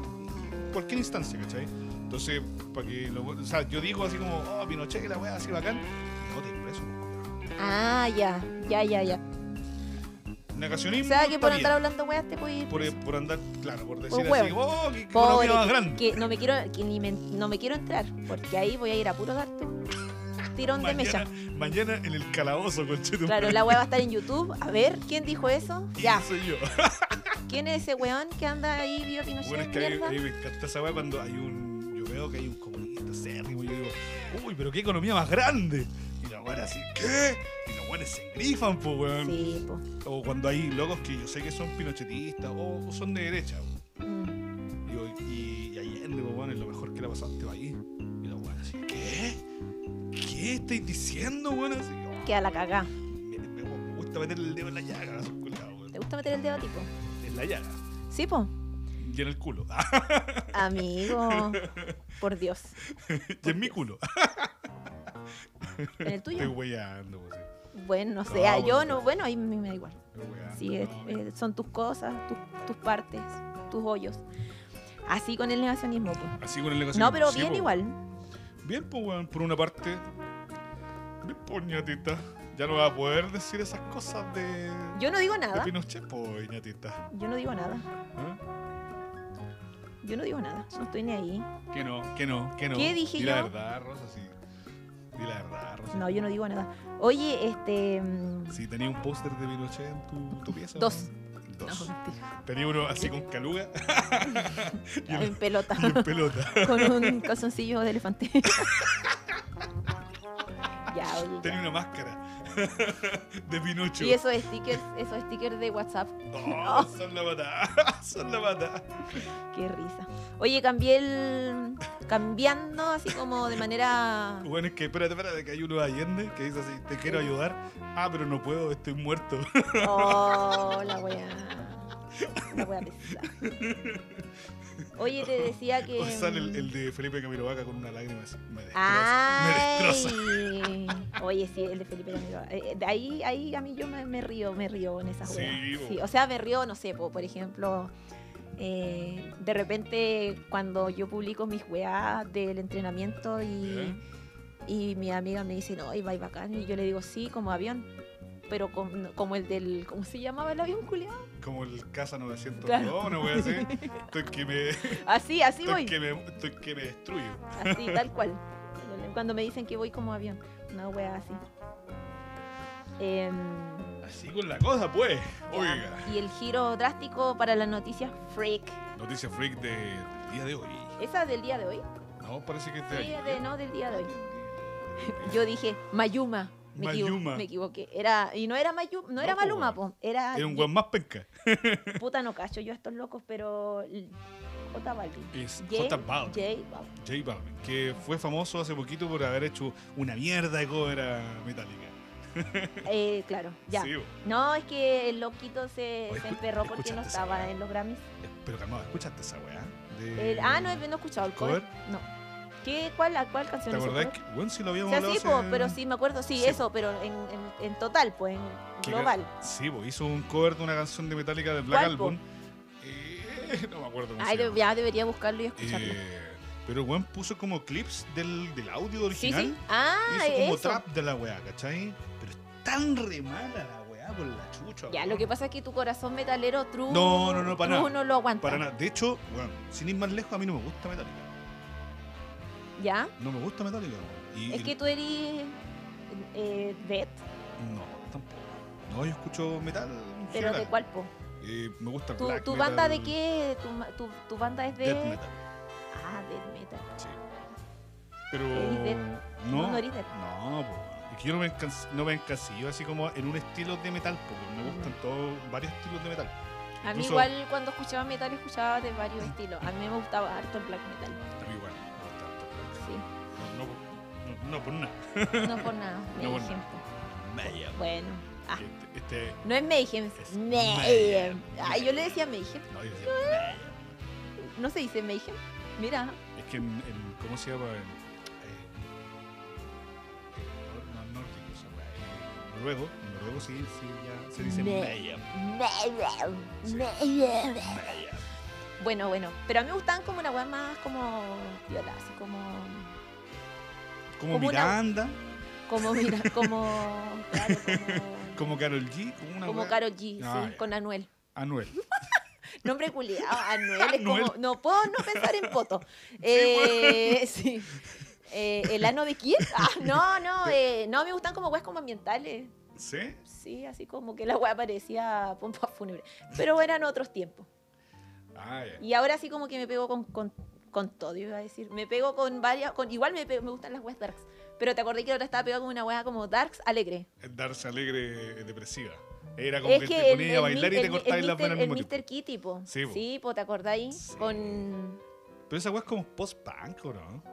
A: cualquier instancia, ¿cachai? Entonces, para que lo- o sea, yo digo así como, oh, Pinochet, que la weá así bacán, no te preso.
B: Ah, ya, ya, ya, ya. O
A: Negacionismo.
B: sea, que
A: está
B: por
A: bien.
B: andar hablando weas te puedo ir.
A: por, por andar, claro, por decir
B: Por
A: así, oh, qué, qué
B: Pobre,
A: economía más grande.
B: que no me quiero, que ni me- no me quiero entrar, porque ahí voy a ir a puro darte un tirón de mecha.
A: mañana, mañana en el calabozo, conchetum.
B: Claro, la wea va a estar en YouTube. A ver, ¿quién dijo eso? Ya.
A: Soy yo.
B: ¿Quién es ese weón que anda ahí, vio Pinochet?
A: Bueno, es que ahí,
B: mierda?
A: ahí me encanta esa weá cuando hay un. Yo veo que hay un comunista acérrimo y yo digo, uy, pero qué economía más grande. Y la weá así, ¿qué? Y los weones se grifan, pues weón.
B: Sí, po.
A: O cuando hay locos que yo sé que son pinochetistas o, o son de derecha. weón.
B: Mm.
A: Digo, y, y Allende, pues weón, es lo mejor que le ha pasado a este país. Y la weá así, ¿qué? ¿Qué estáis diciendo, weón? Así, oh,
B: Queda la cagá.
A: me, me- me gusta meterle el dedo en la llaga, a esos culiados, weón.
B: ¿Te gusta meter el dedo a ti, po?
A: En la llaga.
B: Sí, po.
A: Y en el culo.
B: Amigo. Por Dios.
A: y en mi culo.
B: ¿En el
A: Estoy
B: tuyo?
A: weyando, pues. sí.
B: Bueno, no sé.
A: No, Ah,
B: ah, yo
A: bueno.
B: no, bueno, ahí a mí me da igual. Sí,
A: Sí,
B: es- eh, son tus cosas, tus, tus partes, tus hoyos. Así con el negacionismo, po.
A: Así con el negocio.
B: No, pero
A: Pues Sí,
B: bien
A: po.
B: igual.
A: Bien, pues, weón, por una parte. Bien, po, ñatita. Ya no va a poder decir esas cosas de. de
B: Yo no digo nada.
A: Pinochet, pues, ñatita.
B: Yo no digo nada.
A: ¿Ah?
B: Yo no digo nada. No estoy ni ahí.
A: Que no, que no, que no.
B: ¿Qué dije
A: Di
B: yo?
A: la verdad, Rosa, sí. Di la verdad, Rosa.
B: No, yo no digo nada. Oye, este. mm,
A: Sí, tenía un póster de Pinochet en tu, tu pieza.
B: Dos.
A: weón.
B: No,
A: Dos.
B: mentira.
A: Tenía uno así con caluga y,
B: En
A: en,
B: pelota.
A: y en pelota.
B: con un calzoncillo de elefante. ya, oye.
A: Tenía
B: ya.
A: una máscara de Pinocho.
B: Y esos stickers, esos stickers de WhatsApp.
A: Oh, son la patada, son la patada.
B: Qué risa. Oye, cambié el. Cambiando así como de manera.
A: Bueno, es que espérate, espérate, que hay uno de Allende que dice así, te quiero ayudar. Ah, pero no puedo, estoy muerto.
B: Oh, la wea. La wea pesada. Oye, te decía que.
A: O sale el, el de Felipe Camilo Vaca con una lágrima así. Me destroza. Me destroza.
B: Ay. Oye, sí, el de Felipe Camilo. Eh, eh, de ahí, ahí a mí yo me, me río, me río en esas
A: Sí,
B: weas.
A: bo.
B: o sea, me río, no sé, po, por ejemplo, eh, de repente cuando yo publico mis weas del entrenamiento y, y mi amiga me dice, no, y va bacán, y yo le digo, sí, como avión. Pero com- como el del. ¿Cómo se llamaba el avión, culiado?
A: Como el Casa 902,
B: Claro.
A: una wea así. Estoy que me,
B: Así, así
A: estoy
B: voy.
A: que me, estoy que me destruyo.
B: Así, tal cual. Cuando me dicen que voy como avión. Una wea así. Em,
A: Así con la cosa, pues.
B: Ya,
A: Oiga.
B: Y el giro drástico para las noticias freak.
A: Noticia freak de- del día de hoy.
B: ¿Esa es del día de hoy?
A: No, parece que
B: Sí,
A: este
B: es de- no, del día de hoy. Yo dije Mayuma. Me, equivo-
A: Mayuma.
B: me equivoqué. Era, y no era Mayuma, no era
A: po,
B: Maluma,
A: weón.
B: po. Era,
A: Es un weón más penca.
B: puta no cacho yo a estos locos, pero l- J Balvin.
A: Es
B: J-
A: J Balvin.
B: J Balvin.
A: J Balvin, que fue famoso hace poquito por haber hecho una mierda de cover a Metallica.
B: Eh, claro, ya.
A: Sí, bo.
B: No, es que el loquito se,
A: Oye,
B: se
A: escu-
B: emperró porque no
A: escuchaste esa
B: estaba
A: weá.
B: en los Grammys.
A: Eh, Pero calmado, ¿escuchaste esa weá? De-
B: El- ah, no, no he escuchado el cover. No. ¿Qué, cuál, ¿A cuál
A: ¿Te
B: canción es el
A: acordás?
B: cover?
A: Que, bueno, sí lo habíamos
B: O sea,
A: hablado
B: sí, po,
A: hace-
B: pero sí, me acuerdo, sí,
A: Sí,
B: eso, pero en, en- en total, pues, en
A: que-
B: global.
A: Sí, bo, hizo un cover de una canción de Metallica del Black
B: ¿Cuál, po?
A: Album. Eh, no me acuerdo cómo
B: Ay,
A: se llama.
B: Ah, ya debería buscarlo y escucharlo.
A: Eh, pero el weón puso como clips del, del audio
B: sí,
A: original.
B: sí. Ah,
A: hizo como
B: eso.
A: trap de la weá, ¿cachai? Pero es tan re mala la weá por la chucha.
B: Ya,
A: weón.
B: lo que pasa es que tu corazón metalero, true,
A: No, no, no, para
B: true
A: nada.
B: no lo aguanta.
A: Para nada. De hecho, bueno, sin ir más lejos, a mí no me gusta Metallica.
B: ¿Ya?
A: No me gusta Metallica. weón. Y,
B: Es
A: y-
B: que tú eres eh, Dead,
A: No, tampoco. No, yo escucho metal. en
B: pero
A: general.
B: ¿de cuál, po?
A: Eh, me gusta
B: ¿Tu,
A: black
B: tu
A: metal,
B: banda de qué? ¿Tu, ma- tu, tu banda es de...?
A: Death metal,
B: Ah, Death Metal.
A: sí. Pero...
B: ¿Eres death?
A: No,
B: No, no eres death.
A: No, po, weón. es que yo no me, encan- no me encasillo así como en un estilo de metal, porque me gustan
B: Mm.
A: todos varios estilos de metal.
B: A mí
A: Incluso-
B: igual cuando escuchaba metal escuchaba de varios estilos. A mí me gustaba harto el black metal.
A: A mí igual, me gusta harto black.
B: Sí,
A: No, no, no, no por nada.
B: no por nada.
A: No por
B: Mayhem.
A: Mayhem.
B: Bueno, ah,
A: Este, este-
B: no es Mayhem,
A: Es
B: es
A: Mayhem.
B: Mayhem. Ah, yo le decía Mayhem.
A: no, yo
B: ah.
A: decía, Mayhem.
B: No se dice Mayhem. Mira,
A: Es que en, en- ¿cómo se llama? En, eh, en nor- no, nórdico, se llama, eh, noruego, en noruego sí, sí, ya se dice
B: Me-
A: Mayhem.
B: Mayhem,
A: Sí.
B: Mayhem.
A: Mayhem.
B: Bueno, bueno, pero a mí me gustaban como una weá más como viola, así como.
A: Como,
B: Como una-
A: Miranda,
B: Como, mira, como. Claro, como.
A: como Carol G, como una
B: Como
A: wea-
B: Karol G,
A: Ah,
B: sí,
A: ya.
B: con Anuel.
A: Anuel.
B: Nombre culiado, Anuel es como.
A: Anuel.
B: No puedo no pensar en Poto. Eh, sí. Eh, ¿El ano de quién? Ah, no, no, eh, no, me gustan como weas como ambientales.
A: ¿Sí?
B: Sí, así como que la wea parecía pompa fúnebre. Pero eran otros tiempos.
A: Ah, ya.
B: Y ahora sí como que me pego con, con, con todo, iba a decir. Me pego con varias... Con, igual me, pe- me gustan las weas darks. Pero te acordé que ahora estaba pegada con una wea como darks alegre.
A: Darse alegre, eh, depresiva. Era como
B: es
A: que,
B: que
A: te
B: el,
A: ponía a
B: el
A: bailar
B: mi-
A: y te
B: el-
A: cortabas
B: el
A: las
B: Mr.
A: venas al
B: el
A: mismo tiempo.
B: Mr. Kitty, po.
A: Sí,
B: Sí,
A: po.
B: po. ¿te acordáis?
A: Sí.
B: Con...
A: Pero esa weá es como post-punk, ¿o no?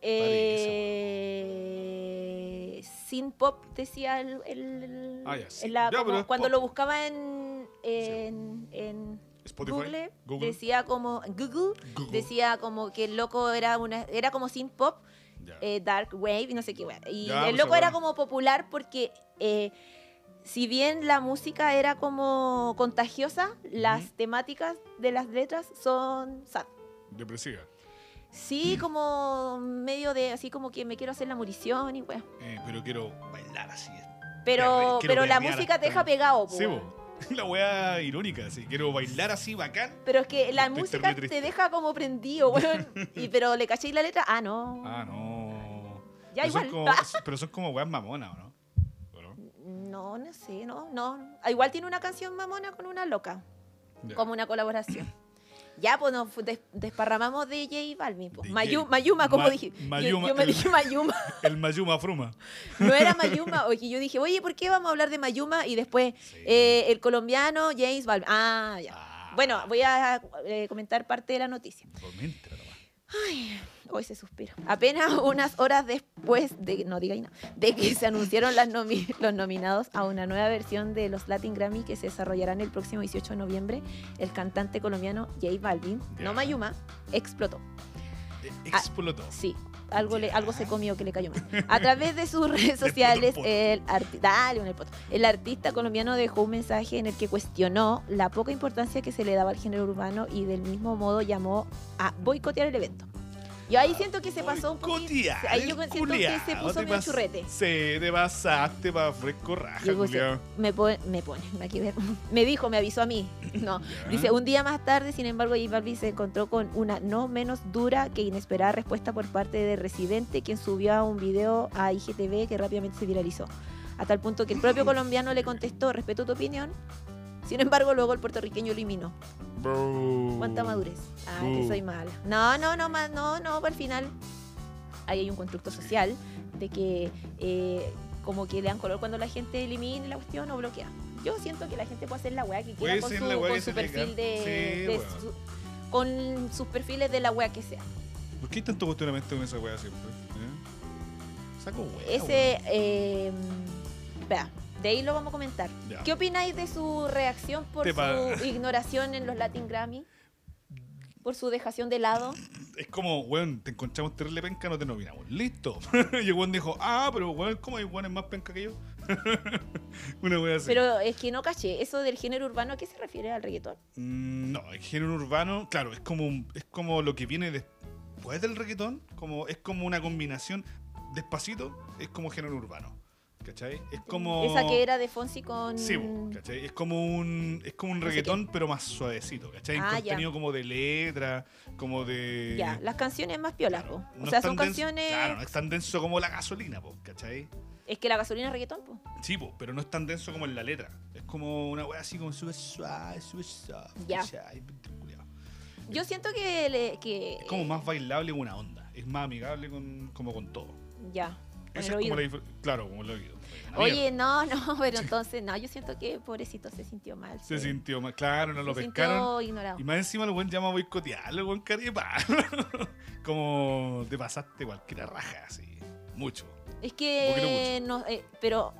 B: Eh, sin pop decía el, el-
A: Ah, ya, sí.
B: en la-
A: Ya,
B: como
A: pero es
B: cuando
A: pop.
B: lo buscaba en en, en
A: Spotify,
B: Google,
A: Google.
B: decía como Google
A: Google.
B: decía como que el loco era una era como sin pop
A: Ya.
B: eh, Dark Wave, y no sé qué wea. Y
A: Ya, pues,
B: el loco
A: esa
B: era
A: wea.
B: como popular porque eh, si bien la música era como contagiosa, las
A: Ujú.
B: temáticas de las letras son sad.
A: Depresiva.
B: Sí,
A: Mm.
B: como medio de así como que me quiero hacer la murición y wea.
A: Eh, pero quiero bailar así. Perre-
B: Pero,
A: quiero
B: pero la
A: perrear
B: música
A: hasta-
B: te deja pegado, po,
A: Sí,
B: wea.
A: bo. La weá irónica, sí. Quiero bailar así bacán.
B: Pero es que la
A: Estoy
B: música
A: terrible triste.
B: te deja como prendido, weón. Y pero le caché la letra, ah, no.
A: Ah, no.
B: ya
A: Pero son
B: igual.
A: como- s- pero son como weas mamonas, ¿o no? ¿O no?
B: No, no sé, no, no. Ah, Igual tiene una canción mamona con una loca.
A: Ya.
B: como una colaboración. Ya, pues nos fu- des- desparramamos de J Balvin. po.
A: De
B: Mayu-
A: J.
B: Mayuma, como
A: Ma-
B: dije. Yo-
A: Mayuma,
B: yo, me
A: el-
B: dije Mayuma.
A: El Mayuma Fruma.
B: No era Mayuma. Oye, yo dije, oye, ¿por qué vamos a hablar de Mayuma? Y después,
A: Sí.
B: eh, el colombiano James Balvin. Ah, ya.
A: Ah,
B: Bueno, voy a eh, comentar parte de la noticia.
A: comenta nomás.
B: Hoy se suspira. Apenas unas horas después de, no diga ahí no, de que se anunciaron las nomi- los nominados a una nueva versión de los Latin Grammy que se desarrollarán el próximo 18 de noviembre, el cantante colombiano J Balvin,
A: Ya.
B: no Mayuma, explotó. Ah.
A: Eh, Explotó.
B: Sí, algo, le,
A: Ya.
B: algo se comió que le cayó mal. A través de sus redes sociales,
A: poto.
B: el, arti- dale una al poto. el artista colombiano dejó un mensaje en el que cuestionó la poca importancia que se le daba al género urbano y del mismo modo llamó a boicotear el evento. Yo ahí siento que se pasó un poquito.
A: Boicotear,
B: Ahí yo
A: el
B: siento que
A: culiao,
B: se puso
A: te
B: medio
A: pas-
B: churrete.
A: Se te pasaste para fresco raja,
B: Yo puse,
A: culiao.
B: me, pone, me pone, aquí ve- me dijo, me avisó a mí. No,
A: Ya.
B: dice, un día más tarde, sin embargo, J Balvin se encontró con una no menos dura que inesperada respuesta por parte de Residente, quien subió a un video a IGTV que rápidamente se viralizó. A tal punto que el propio colombiano le contestó, respeto tu opinión. Sin embargo, luego el puertorriqueño eliminó.
A: Bro.
B: "Uh, ¿Cuánta madurez? Ah, que
A: Uh.
B: soy mala. No, no, no, ma- no, no, al final ahí hay un constructo social de que eh, como que le dan color cuando la gente elimine la cuestión o bloquea. Yo siento que la gente puede hacer la weá que
A: Puede
B: quiera con
A: ser
B: su,
A: la weá
B: con
A: que
B: su
A: se le
B: perfil
A: ca-
B: de,
A: Sí,
B: de
A: weón.
B: su- con sus perfiles de la weá que sea.
A: ¿Por qué hay tanto cuestionamiento con esa weá siempre? ¿Eh? Saco weá. weón.
B: Ese, eh, vea, de ahí lo vamos a comentar.
A: Ya.
B: ¿Qué opináis de su reacción por
A: Te pa-
B: su ignoración en los Latin Grammy? Por su dejación de lado.
A: Es como, weón, te encontramos terrible penca, no te nominamos. Listo. y el weón dijo, ah, pero weón, ¿cómo hay weones más penca que yo? Una weá así.
B: Pero es que no caché, eso del género urbano, ¿a qué se refiere al reggaetón?
A: Mm, No, el género urbano, claro, es como, un- es como lo que viene después del reggaetón, como, es como una combinación. Despacito es como género urbano, ¿cachai? Es como.
B: Esa que era de Fonsi con...
A: Sí, bo, ¿cachai? Es como un, es como un
B: No sé
A: reggaetón, pero más suavecito, ¿cachai?
B: Ah, ya.
A: contenido como de letra, como de.
B: ya, las canciones más piolas, po.
A: Claro,
B: O
A: no
B: sea,
A: es tan
B: son
A: denso-
B: canciones...
A: Claro, no es tan denso como la gasolina, po, ¿cachai?
B: Es que la gasolina es reggaetón, po.
A: Sí, po, pero no es tan denso como en la letra. Es como una wea así como sube suave, sube suave.
B: Ya.
A: ¿cachai? Culeado.
B: Yo siento que... le- que
A: Es como más bailable una onda. Es más amigable con, como con todo.
B: Ya. con
A: Esa
B: el
A: es como
B: oído.
A: la dif- Claro, como el oído. Una
B: Oye,
A: mierda.
B: no, no, pero entonces, no, yo siento que pobrecito se sintió mal.
A: Se
B: sí.
A: sintió más. Claro, no lo
B: Se
A: pescaron.
B: sintió ignorado.
A: Y más encima el buen llama a boicotearlo, el buen carepa. como te pasaste cualquier raja, así. Mucho.
B: Es
A: Porque
B: que no, eh, pero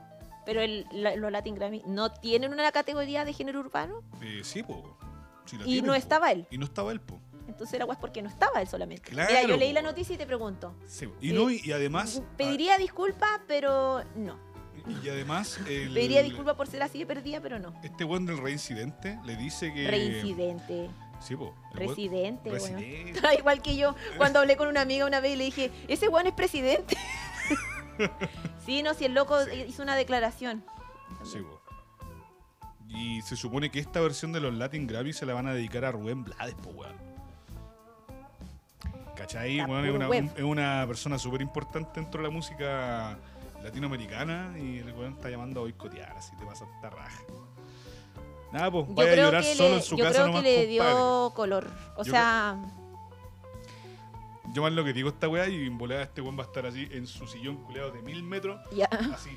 B: pero el- la- los Latin Grammy no tienen una categoría de género urbano,
A: Eh, sí, po. Sí la
B: Y
A: tienen,
B: no
A: po.
B: estaba él.
A: Y no estaba él, po.
B: entonces la guas porque no estaba él solamente.
A: Claro.
B: Mira, yo leí la noticia y te pregunto.
A: Sí, po. Y,
B: Eh,
A: no, y, y además. ah,
B: Pediría disculpas, pero no.
A: Y y además. El,
B: Pediría disculpas por ser así de perdida, pero no.
A: Este buen del reincidente le dice que.
B: Reincidente,
A: Sí, po. Eh, El buen-
B: residente, bueno.
A: Residente.
B: Igual que yo, cuando hablé con una amiga una vez y le dije, ese weón es presidente. sí, no, si el loco
A: Sí.
B: hizo una declaración.
A: Sí, po. Y se supone que esta versión de los Latin Grammy se la van a dedicar a Rubén Blades, po, weón. ¿Cachai?
B: Está
A: Weón, es,
B: puro
A: una,
B: web.
A: un- es una persona súper importante dentro de la música latinoamericana y el weón está llamando a boicotear, así te pasa esta raja. Nada, pues,
B: Yo
A: vaya a
B: creo
A: llorar
B: que
A: solo
B: le,
A: en su
B: yo
A: casa
B: creo
A: nomás,
B: que le dio
A: compadre.
B: color. O
A: Yo
B: sea,
A: Yo más lo que digo esta weá y en volada este weón va a estar así en su sillón culeado de mil metros,
B: ya.
A: así,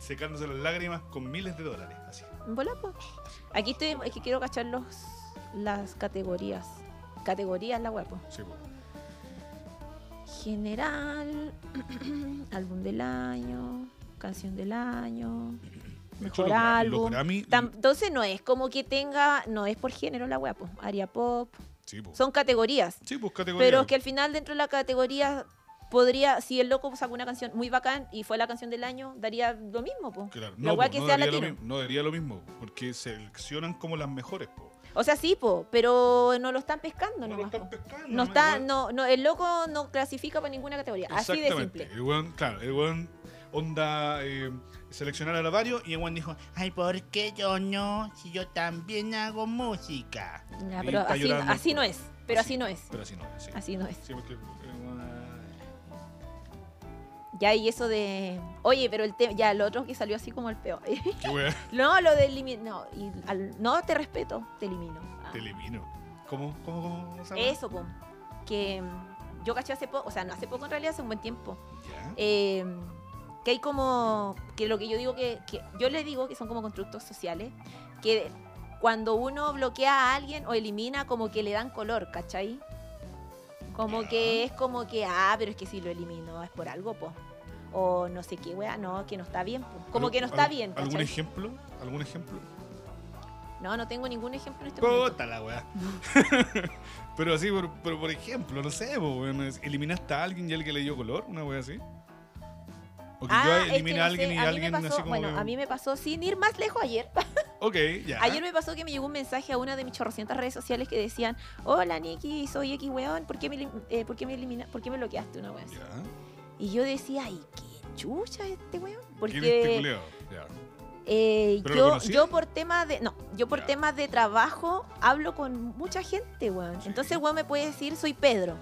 A: secándose las lágrimas con miles de dólares, así.
B: Volá, po. Aquí estoy, es que quiero cachar los, las categorías. Categorías la guapo.
A: Sí, po.
B: General, álbum del año, canción del año,
A: De hecho, los
B: mejor
A: Gra- los
B: álbum.
A: Grammy-
B: Tam- Entonces no es como que tenga, no es por género la guapo. Aria pop,
A: Sí, po.
B: son categorías.
A: Sí, pues categoría.
B: Pero es que al final dentro de la categoría podría, si el loco sacó una canción muy bacán y fue la canción del año, daría lo mismo, po.
A: Claro,
B: la
A: no,
B: weá
A: po,
B: que
A: no
B: sea
A: daría lo
B: latino.
A: mi- no daría lo mismo, porque seleccionan como las mejores, po.
B: O sea, sí, po, pero no lo están pescando
A: lo
B: nomás,
A: están
B: po.
A: pescando,
B: No
A: no,
B: está,
A: igual.
B: no, no, el loco no clasifica para ninguna categoría. Así de
A: Exactamente.
B: simple.
A: El weón, claro, el weón onda eh, seleccionar a la varios y el weón dijo,
C: Ay, ¿por qué yo no? Si yo también hago música.
B: Ya,
A: Y
B: pero
A: está
B: así,
A: llorando.
B: así no es. Pero así no es.
A: Pero así no es. Sí,
B: Así no es.
A: Sí, porque, eh,
B: Ya, y eso de. Oye, pero el tema. Ya, lo otro que salió así como el peor.
A: qué weón,
B: no, lo de eliminar. No, y al- no te respeto, te elimino. Ah.
A: te elimino. ¿Cómo? ¿Cómo? ¿Cómo? esa weá?
B: Eso, po. Que mm, yo caché hace poco, o sea, no hace poco en realidad, hace un buen tiempo.
A: Ya.
B: eh, que hay como. que lo que yo digo que, que. yo le digo que son como constructos sociales. Que cuando uno bloquea a alguien o elimina, como que le dan color, ¿cachai? Como
A: Ya.
B: que es como que, ah, pero es que si lo elimino es por algo, po. O no sé qué, wea, no, que no está bien, po. Como
A: ¿Algú-
B: que no está
A: al-
B: bien,
A: ¿Algún
B: ¿cachai?
A: ejemplo? ¿Algún ejemplo?
B: No, no tengo ningún ejemplo en este momento.
A: Puta la weá. pero así, por, pero por ejemplo, no sé, po, weón, es- eliminaste a alguien y alguien le dio color, una weá así. O que
B: Ah, es
A: yo
B: que
A: elimine
B: no
A: a
B: sé,
A: alguien y
B: a mí me
A: alguien
B: pasó-
A: así como.
B: Bueno,
A: que-
B: a mí me pasó sin ir más lejos ayer.
A: Ok, ya.
B: Ayer me pasó que me llegó un mensaje a una de mis chorrocientas redes sociales que decían, hola Nikki, soy X weón, ¿por qué me, elim- eh, por qué me, elimina- por qué me bloqueaste una weón?
A: Ya.
B: Y yo decía, ay, qué chucha este
A: ¿Quién
B: weón.
A: es este
B: Porque
A: culiao? Ya.
B: eh,
A: ¿Pero lo
B: yo,
A: conocías?
B: yo por temas de. No, yo por
A: Ya.
B: temas de trabajo hablo con mucha gente, weón.
A: Sí.
B: Entonces el weón me puede decir, soy Pedro.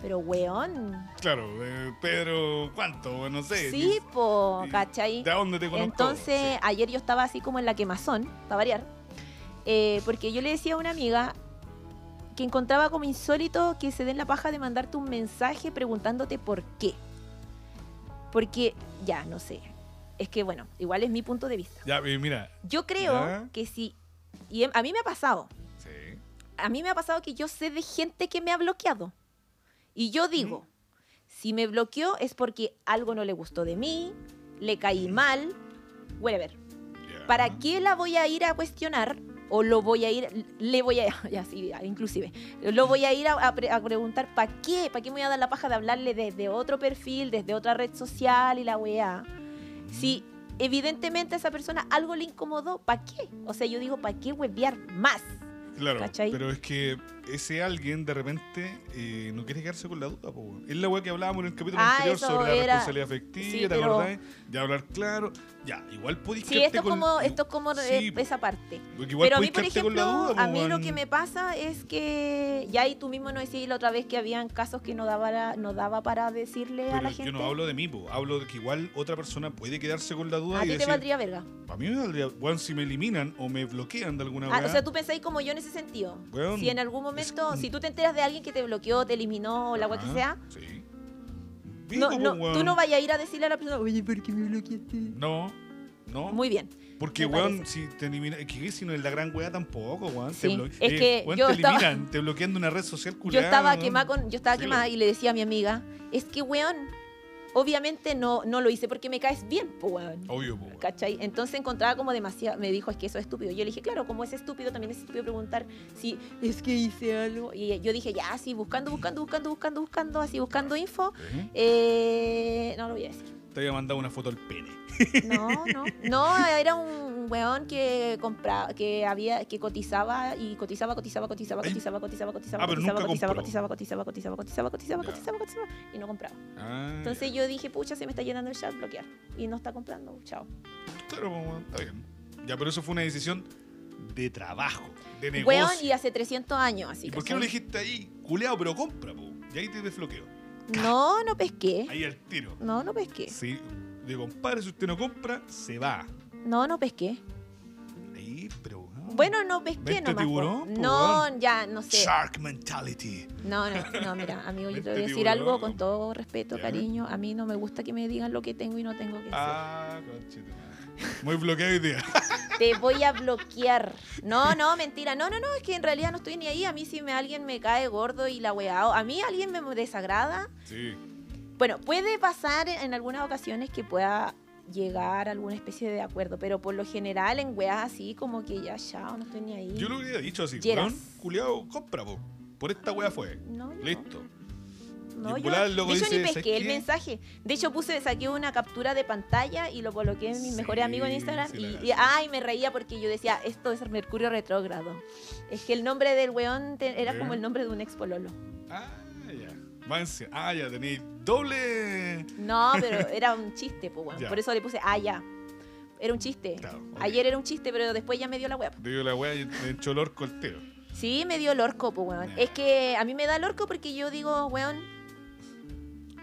B: Pero weón.
A: Claro, eh, Pedro, ¿cuánto? Bueno, No sé.
B: Sí, po,
A: y-
B: ¿cachai?
A: ¿De dónde te conozco?
B: Entonces, ayer yo estaba así como en la quemazón, para variar, eh, porque yo le decía a una amiga que encontraba como insólito que se den la paja de mandarte un mensaje preguntándote por qué. Porque, ya, no sé. Es que, bueno, igual es mi punto de vista.
A: Ya, eh, mira.
B: Yo creo
A: Ya.
B: que si... Y em- a mí me ha pasado.
A: Sí.
B: A mí me ha pasado que yo sé de gente que me ha bloqueado. Y yo digo, si me bloqueó es porque algo no le gustó de mí, le caí mal, whatever.
A: ya.
B: ¿Para qué la voy a ir a cuestionar? O lo voy a ir, le voy a, ya sí, inclusive, lo voy a ir a, a pre- a preguntar, ¿para qué? ¿Para qué me voy a dar la paja de hablarle desde otro perfil, desde otra red social y la weá? Si evidentemente a esa persona algo le incomodó, ¿para qué? O sea, yo digo, ¿para qué huevear más?
A: Claro,
B: ¿Cachai?
A: pero es que ese alguien de repente eh, no quiere quedarse con la duda. po, weón. es la weá que hablábamos en el capítulo
B: Ah,
A: anterior
B: eso
A: sobre la
B: era-
A: responsabilidad afectiva,
B: Sí,
A: ¿te
B: pero-
A: acordás? Ya hablar claro. Ya, igual podéis
B: Sí, esto es como, esto es como eh, esa parte. Pero a mí, por ejemplo, a mí lo que me pasa es que ya y tú mismo nos decías la otra vez que habían casos que no daba, no daba para decirle a la gente.
A: Yo no hablo de mí, po, hablo de que igual otra persona puede quedarse con la duda
B: a
A: y
B: ti te
A: decir,
B: valdría verga.
A: a mí me valdría, weón, si me eliminan o me bloquean de alguna
B: Ah,
A: weá.
B: o sea, tú pensáis como yo en ese sentido.
A: Weón,
B: si en algún momento,
A: es-
B: si tú te enteras de alguien que te bloqueó, te eliminó o la weá que
A: Ajá,
B: sea,
A: Sí.
B: no,
A: Pico, po,
B: no, tú
A: weón.
B: no vayas a ir a decirle a la persona, oye, ¿por qué me bloqueaste?
A: No, no.
B: Muy bien.
A: Porque,
B: Me
A: weón, si te eliminan. Es que si no es la gran weá tampoco, weón. Te
B: Sí,
A: blo-
B: es que yo
A: te
B: estaba-
A: eliminan, te bloquean de una red social
B: Yo
A: culiada.
B: estaba
A: weón.
B: quemada con, yo estaba
A: Sí,
B: quemada
A: weón.
B: y le decía a mi amiga, es que weón, obviamente no, no lo hice porque me caes bien, po, weón.
A: Obvio, po, weón.
B: ¿Cachai? Entonces encontraba como demasiado, me dijo, es que eso es estúpido. Yo le dije, claro, como es estúpido, también es estúpido preguntar si es que hice algo. Y yo dije, ya, así, buscando, buscando, buscando, buscando, buscando, así, buscando info.
A: ¿Eh?
B: Eh, no lo voy a decir.
A: Te había mandado una foto al pene.
B: No, no. No, era un weón que compraba, que había, que cotizaba y cotizaba, cotizaba, cotizaba,
A: Ay.
B: cotizaba, cotizaba, cotizaba,
A: Ah, pero
B: cotizaba,
A: nunca
B: cotizaba,
A: compró.
B: cotizaba, cotizaba, cotizaba, cotizaba, cotizaba,
A: Ya.
B: cotizaba, cotizaba, y no compraba.
A: Ah,
B: Entonces yo dije, pucha, se me está llenando el chat, bloquear. Y no está comprando, chao.
A: ya. Claro, po, weón, está bien. Ya, pero eso fue una decisión de trabajo, de negocio.
B: Weón y hace 300 años, así
A: ¿Y
B: que.
A: por qué no le dijiste ahí, culeado, pero compra, po? Y ahí te desbloqueo.
B: ¿Eh? No, no pesqué.
A: Ahí al tiro.
B: No, no pesqué.
A: Sí, de compadre, si usted no compra, se va.
B: No, no pesqué.
A: Ahí, pero. weón.
B: Bueno, no pesqué
A: Mente
B: nomás. po.
A: tiburón, po,
B: no,
A: weón.
B: ya, no sé.
A: Shark mentality.
B: No, no, no, mira, amigo, yo
A: Mente
B: te voy a decir
A: Este tiburón.
B: algo con todo respeto,
A: Ya.
B: cariño. A mí no me gusta que me digan lo que tengo y no tengo que hacer.
A: Ah, conchetumare. Muy bloqueado hoy día.
B: Te voy a bloquear. No, no, mentira. No, no, no, es que en realidad no estoy ni ahí. A mí si me, alguien me cae gordo y la weá. o A mí alguien me desagrada.
A: Sí.
B: Bueno, puede pasar en algunas ocasiones que pueda llegar a alguna especie de acuerdo, pero por lo general en weas así como que ya, chao, no estoy ni ahí.
A: Yo lo hubiera dicho así,
B: Yeras.
A: weón, culiao, compra, po. Por esta wea fue.
B: No, yo no.
A: Listo.
B: No,
A: Y en
B: yo,
A: volada el loco
B: de hecho, ni
A: dice,
B: pesqué
A: "¿Sabes
B: el
A: qué?
B: mensaje. De hecho, puse, saqué una captura de pantalla y lo coloqué en mis
A: Sí,
B: mejores amigos en Instagram.
A: sí, la
B: y,
A: verdad,
B: y-
A: sí.
B: ay, me reía porque yo decía, esto es Mercurio retrógrado. Es que el nombre del weón te- era
A: Ya.
B: como el nombre de un ex pololo.
A: Ah, ya. Vance, ah, ya tenéis doble.
B: No, pero era un chiste, pues, weón.
A: Ya.
B: Por eso le puse, ah, ya. Era un chiste.
A: Claro, ok.
B: Ayer era un chiste, pero después ya me dio la web.
A: Digo la wea y me echó el orco el teo.
B: Sí, me dio el orco, pues, weón.
A: Ya.
B: Es que a mí me da el orco porque yo digo, weón,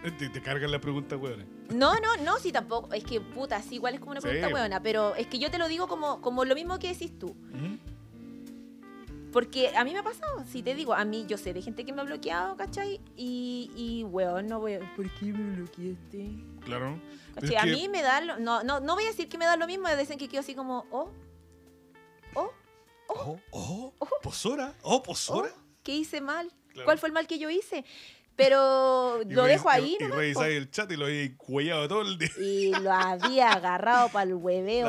A: Eh, Te, te cargan la pregunta, weón.
B: No, no, no, sí tampoco. Es que puta, sí, igual es como una
A: Sí.
B: pregunta hueona, pero es que yo te lo digo como, como lo mismo que decís tú.
A: Ujú.
B: Porque a mí me ha pasado, si te digo, a mí yo sé de gente que me ha bloqueado, ¿cachai? Y, y weón, no voy a. ¿Por qué me bloqueaste?
A: Claro. Pero
B: ¿Cachai?
A: es
B: a
A: que-
B: mí me da lo- No, no, no voy a decir que me da lo mismo, dicen que quedo así como, oh, oh,
A: Oh, oh, posora, oh,
B: oh,
A: posora.
B: ¿qué hice mal?
A: Claro.
B: ¿Cuál fue el mal que yo hice? Pero
A: Y
B: lo
A: revis-
B: dejo ahí,
A: Y, y
B: ¿no?
A: revisáis el chat y lo habéis cuellado todo el día.
B: Y lo había agarrado para el hueveo.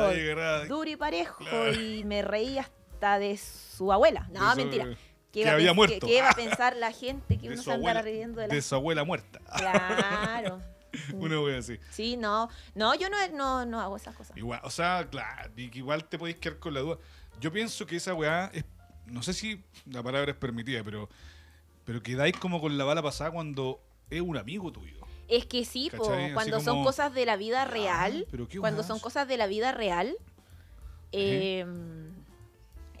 A: La desgracia.
B: duro y parejo
A: Claro.
B: y me reí hasta de su abuela. No,
A: De su-
B: mentira. ¿Qué
A: que
B: va a
A: había
B: pens-
A: muerto.
B: ¿Qué va a pensar la gente que
A: De
B: uno
A: su
B: se andara
A: abuela.
B: riendo de la...
A: De su abuela muerta.
B: Claro.
A: Una wea así.
B: Sí, no. No, yo no, no, no hago esas cosas.
A: Igual, o sea, claro, y que igual te podéis quedar con la duda. Yo pienso que esa weá es, no sé si la palabra es permitida, pero, pero quedáis como con la bala pasada cuando es un amigo tuyo.
B: Es que sí, po,
A: ¿Cachai? Así
B: cuando son
A: como- "Ah,
B: cosas de la vida real,
A: pero qué
B: cuando
A: guas.
B: son cosas de la vida real, eh,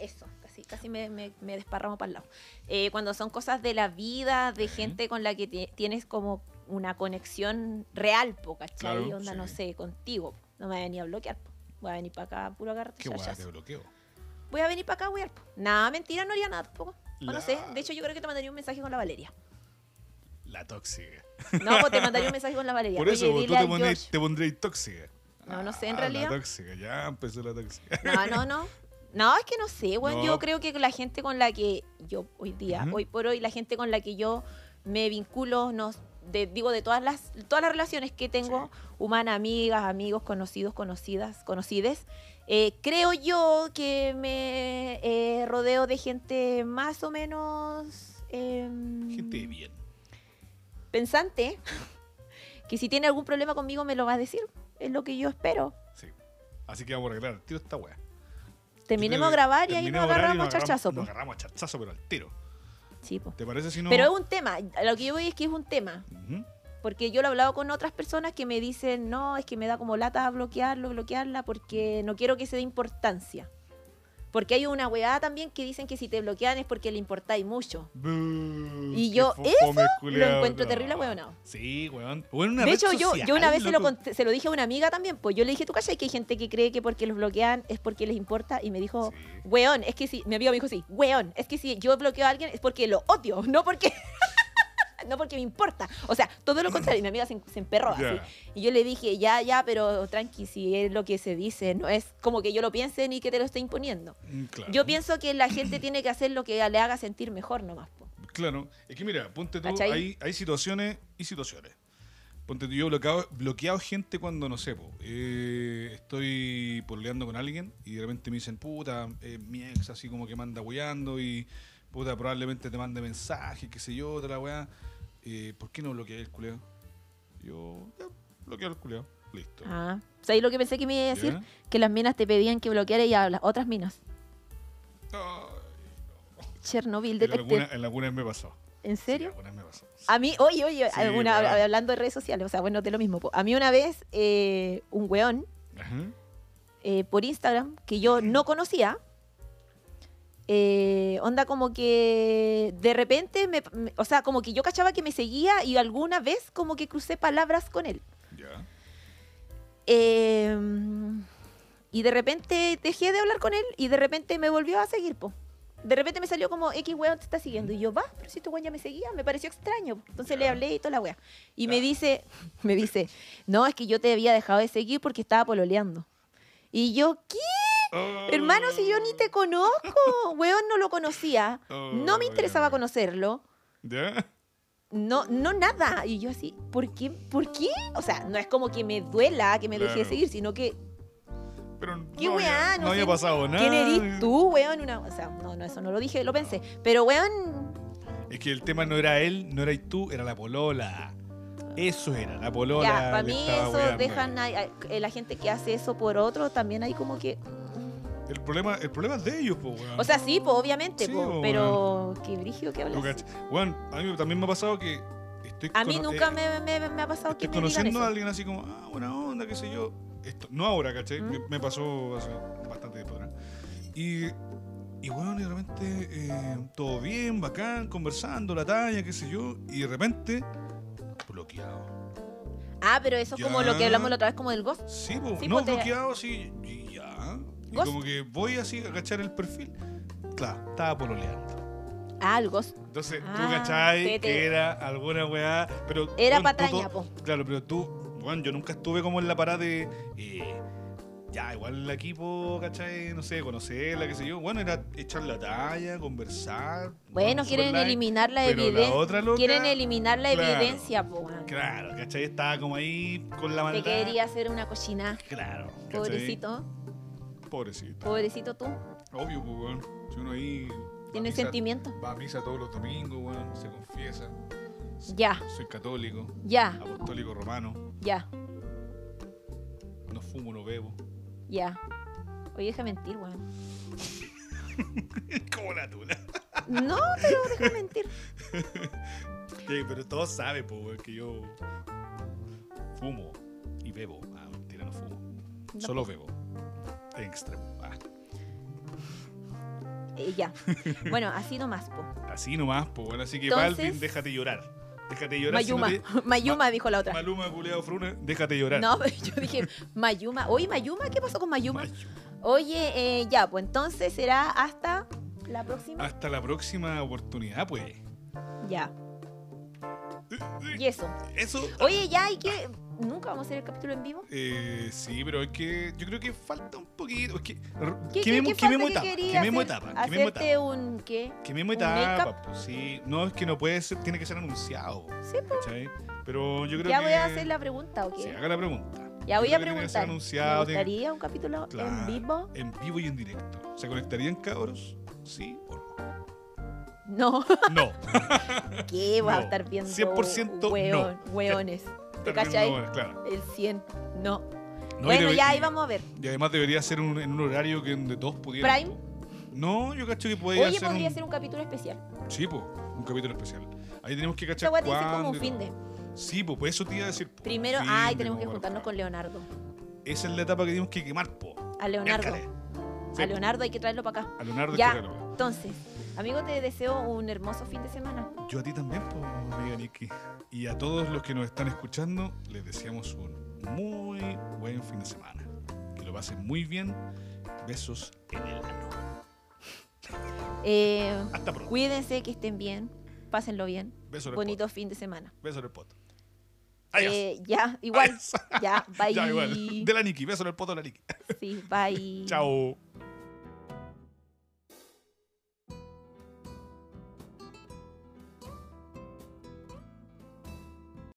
B: eso, casi, casi me, me- me desparramo para el lado. Eh, cuando son cosas de la vida, de
A: Ajá.
B: gente con la que ti- tienes como una conexión real, po, ¿cachai?
A: Claro,
B: Onda, no
A: sí.
B: sé, contigo, po. no me voy a venir a bloquear, po. voy a venir para acá, puro agarrarte
A: Qué weá te
B: chachazo.
A: bloqueo.
B: Voy a venir para acá, wear, po. Nada, mentira, no haría nada, po. O no
A: La-
B: sé, de hecho yo creo que te mandaría un mensaje con la Valeria.
A: La tóxica.
B: No, pues te mandaría un mensaje con la Valeria.
A: Por
B: Oye,
A: eso vos, tú
B: dile
A: te,
B: al
A: pondréis-
B: George.
A: te pondréis tóxica.
B: No, no sé, en
A: Ah,
B: realidad.
A: La tóxica, ya empezó la tóxica.
B: No, no, no. No, es que no sé, bueno,
A: No.
B: yo creo que la gente con la que yo hoy día,
A: Ujú.
B: hoy por hoy, la gente con la que yo me vinculo, nos, de- digo, de todas las, todas las relaciones que tengo, humanas, amigas, amigos, conocidos, conocidas, conocides, eh, creo yo que me eh, rodeo de gente más o menos... em,
A: Gente de bien.
B: Pensante, que si tiene algún problema conmigo me lo va a decir, es lo que yo espero.
A: Sí. Así que vamos a arreglar. El tiro esta weá.
B: Terminemos de grabar y ahí
A: Terminemos
B: nos
A: de grabar
B: agarramos
A: nos
B: charchazo.
A: Nos
B: po.
A: agarramos a charchazo, pero al tiro.
B: Sí, po.
A: ¿Te parece si no?
B: Pero es un tema, a lo que yo voy es que es un tema,
A: Ujú.
B: porque yo lo he hablado con otras personas que me dicen, no, es que me da como lata bloquearlo, bloquearla, porque no quiero que se dé importancia. Porque hay una weá también que dicen que si te bloquean es porque le importáis mucho.
A: Buh,
B: Y
A: qué
B: yo
A: fo-
B: eso
A: fome, culiao.
B: encuentro terrible, hueonao.
A: Sí, weón. O en una
B: de
A: red
B: hecho, yo,
A: social,
B: yo una vez se lo,
A: loco.
B: conté- se lo dije a una amiga también, pues yo le dije, ¿tú cachai que hay gente que cree que porque los bloquean es porque les importa? Y me dijo,
A: Sí.
B: weón, es que si, mi amigo me dijo, sí, weón, es que si yo bloqueo a alguien es porque lo odio, no porque... No porque me importa. O sea, todo lo contrario. Y mi amiga se, se emperró así.
A: Ya.
B: Y yo le dije, ya, ya, pero tranqui, si es lo que se dice, no es como que yo lo piense ni que te lo esté imponiendo.
A: Mm, claro.
B: Yo pienso que la gente tiene que hacer lo que le haga sentir mejor nomás. po.
A: Claro, es que mira, ponte tú,
B: ¿Cachai?
A: hay, hay situaciones y situaciones. Ponte tú, yo he bloqueado, bloqueado gente cuando, no sé, po, eh, estoy porleando con alguien y de repente me dicen, puta, eh, mi ex así como que manda weando y puta, probablemente te mande mensajes, qué sé yo, otra la weá. Eh, ¿Por qué no bloqueé el culeo? Yo, ya, bloqueo el culeo, listo.
B: Ah. ¿Sabes lo que pensé que me iba a decir?
A: ¿Ya?
B: Que las minas te pedían que bloqueara y a las otras minas.
A: Ay,
B: Chernobyl,
A: pero
B: detective.
A: alguna, en alguna vez me pasó.
B: este- ¿En
A: Sí,
B: serio?
A: alguna vez me pasó.
B: A mí, oye, oye,
A: Sí,
B: alguna-
A: weón.
B: hablando de redes sociales, o sea, bueno, de lo mismo. po. A mí una vez, eh, un weón
A: Ajá.
B: eh, por Instagram que yo no conocía, eh, onda como que de repente, me, me- o sea, como que yo cachaba que me seguía y alguna vez como que crucé palabras con él.
A: Ya.
B: Eh, y de repente dejé de hablar con él y de repente me volvió a seguir, po. De repente me salió como X weón te está siguiendo. Y yo, va, pero si este weón ya me seguía, me pareció extraño. po". Entonces le
A: Ya.
B: hablé y toda la wea. Y me
A: Ya.
B: dice, me dice, no, es que yo te había dejado de seguir porque estaba pololeando. Y yo, ¿qué? Hermano, si yo ni te conozco, weón, no lo conocía. No me
A: Oh,
B: interesaba
A: ya.
B: conocerlo.
A: ¿Ya?
B: No, no nada. Y yo así, ¿por qué? ¿Por qué? O sea, no es como que me duela que me dejé de
A: Claro.
B: seguir, sino que,
A: Pero
B: ¿Qué
A: no
B: weá?
A: había,
B: No
A: no había
B: sé.
A: pasado nada.
B: ¿quién eres tú, weón? Una, o sea, no, no, eso no lo dije, lo pensé. Pero, weón,
A: Es que el tema no era él, no eras tú, era la polola. Eso era, la polola.
B: ya, para
A: le
B: mí
A: estaba
B: eso
A: weando.
B: dejan a, a- la gente que hace eso por otro, también hay como que...
A: El problema, el problema es de ellos, po, weón.
B: O sea, sí, pues obviamente,
A: Sí,
B: po,
A: weón.
B: pero qué brígido que
A: Lo
B: hablas.
A: cach- Weón, a mí también me ha pasado que estoy
B: A mí
A: cono-
B: nunca
A: eh,
B: me, me- me ha pasado que
A: Estoy
B: me digan
A: conociendo a
B: eso.
A: alguien así como, ah, buena onda, qué sé yo. Esto, no ahora, ¿cachai?
B: ¿Mm?
A: Me, me pasó hace bastante tiempo atrás. Y, y bueno, y de repente, eh, todo bien, bacán, conversando, la talla, qué sé yo. Y de repente, bloqueado.
B: Ah, pero eso es como
A: Ya.
B: lo que hablamos la otra vez, como del ghost.
A: Sí, po,
B: Sí,
A: no,
B: po, te-
A: bloqueado, sí, y ya. Y
B: Ghost.
A: como que voy así a cachar el perfil. Claro, estaba pololeando.
B: Ah, el ghost.
A: Entonces,
B: Ah,
A: tú cachai
B: te- te-
A: que era alguna weá, pero...
B: Era
A: weón, tú
B: patraña,
A: to-
B: po.
A: Claro, pero tú, bueno, yo nunca estuve como en la parada de... eh, ya, igual la equipo, ¿cachai? No sé, conocerla, qué sé yo. Bueno, era echar la talla, conversar.
B: Bueno,
A: super
B: quieren
A: light,
B: eliminar la
A: pero
B: evidencia.
A: La otra loca,
B: Quieren eliminar la
A: claro.
B: evidencia, po. weón.
A: Claro, ¿cachai? Estaba como ahí con la
B: Te
A: maldad.
B: quería hacer una cochina.
A: Claro. ¿cachai?
B: Pobrecito,
A: Pobrecito.
B: pobrecito tú.
A: Obvio, pues, weón. Si uno ahí.
B: Tiene
A: va a misa-
B: sentimiento.
A: Va a misa todos los domingos, weón. Se confiesa.
B: Ya,
A: Soy católico,
B: ya,
A: apostólico romano.
B: ya,
A: No fumo, no bebo.
B: ya. Oye, deja mentir, weón.
A: Como la tula.
B: No, pero deja mentir.
A: Sí, pero todos saben, pues, weón, que yo. Fumo y bebo. Ah, mentira, no fumo.
B: No.
A: Solo bebo. En extremo. Ah,
B: Eh, ya. Bueno, así nomás, po.
A: así nomás, pues, weón. Así que,
B: Entonces-
A: Balvin, déjate llorar. Déjate llorar. si no
B: Mayuma,
A: te-
B: Mayuma dijo la otra.
A: Maluma, culeado, fruna. Déjate llorar.
B: No, pero yo dije, Mayuma. Oye, Mayuma, ¿qué pasó con Mayuma?
A: Mayuma.
B: Oye, eh, ya, pues entonces será hasta la próxima.
A: Hasta la próxima oportunidad, pues.
B: Ya. Y eso.
A: Eso.
B: Oye, ya hay que. Nunca vamos a hacer el capítulo en vivo.
A: Eh, sí, pero es que yo creo que falta un poquito. Es que,
B: ¿Qué, qué,
A: quememos-
B: qué falta
A: quememos
B: que
A: etapa,
B: quería
A: quememos
B: hacer?
A: etapa, quememos
B: Hacerte
A: etapa.
B: un qué.
A: Quememos
B: un
A: etapa,
B: make-up.
A: pues sí. No, es que no puede ser, tiene que ser anunciado.
B: Sí, pues.
A: ¿cachai? Pero yo creo
B: Ya
A: que.
B: voy a hacer la pregunta, ¿o qué?
A: Sí, haga la pregunta.
B: ya voy
A: Yo creo que tiene que
B: a
A: ser
B: preguntar. ¿Me
A: anunciado, tiene-
B: gustaría un capítulo en
A: Claro,
B: vivo?
A: En vivo y en directo. ¿Se conectarían cabros? ¿Sí o no?
B: No.
A: No.
B: ¿Qué? Vas a
A: No.
B: estar viendo
A: 100%
B: hueón-
A: no.
B: hueones. ¿Te cachai?
A: También no, eh, claro.
B: El 100. No.
A: No, y
B: bueno,
A: debe-
B: ya ahí vamos a ver.
A: Y además debería ser un- en un horario que donde todos pudieran.
B: Prime.
A: No, yo cacho que podría
B: Oye,
A: ser
B: podría
A: un,
B: ser un capítulo especial.
A: Sí, po, un capítulo especial. Ahí tenemos que
B: Esta
A: cachar
B: weá tiene que ser como
A: cuándo
B: un
A: y
B: fin
A: todo.
B: de.
A: Sí, po, pues eso te iba a decir. po,
B: Primero,
A: fin
B: ay,
A: de
B: tenemos
A: como
B: que
A: para-
B: juntarnos con Leonardo.
A: Esa es la etapa que tenemos que quemar, po.
B: A Leonardo.
A: Miércale. Sí,
B: A
A: po,
B: Leonardo hay que traerlo para acá.
A: A Leonardo
B: Ya.
A: Escarrero.
B: Entonces, amigo, te deseo un hermoso fin de semana.
A: Yo a ti también, po, amiga Nikki. Y a todos los que nos están escuchando, les deseamos un muy buen fin de semana. Que lo pasen muy bien. Besos en el ano.
B: Eh,
A: Hasta pronto.
B: cuídense, que estén bien. Pásenlo bien.
A: Besos en el
B: Bonito fin de semana.
A: pot. Besos en el pot. Adiós.
B: Eh, ya, igual.
A: Adiós.
B: Ya, bye.
A: Ya, igual. De la Nikki. Besos en el poto de la Nikki.
B: Sí, bye.
A: Chao.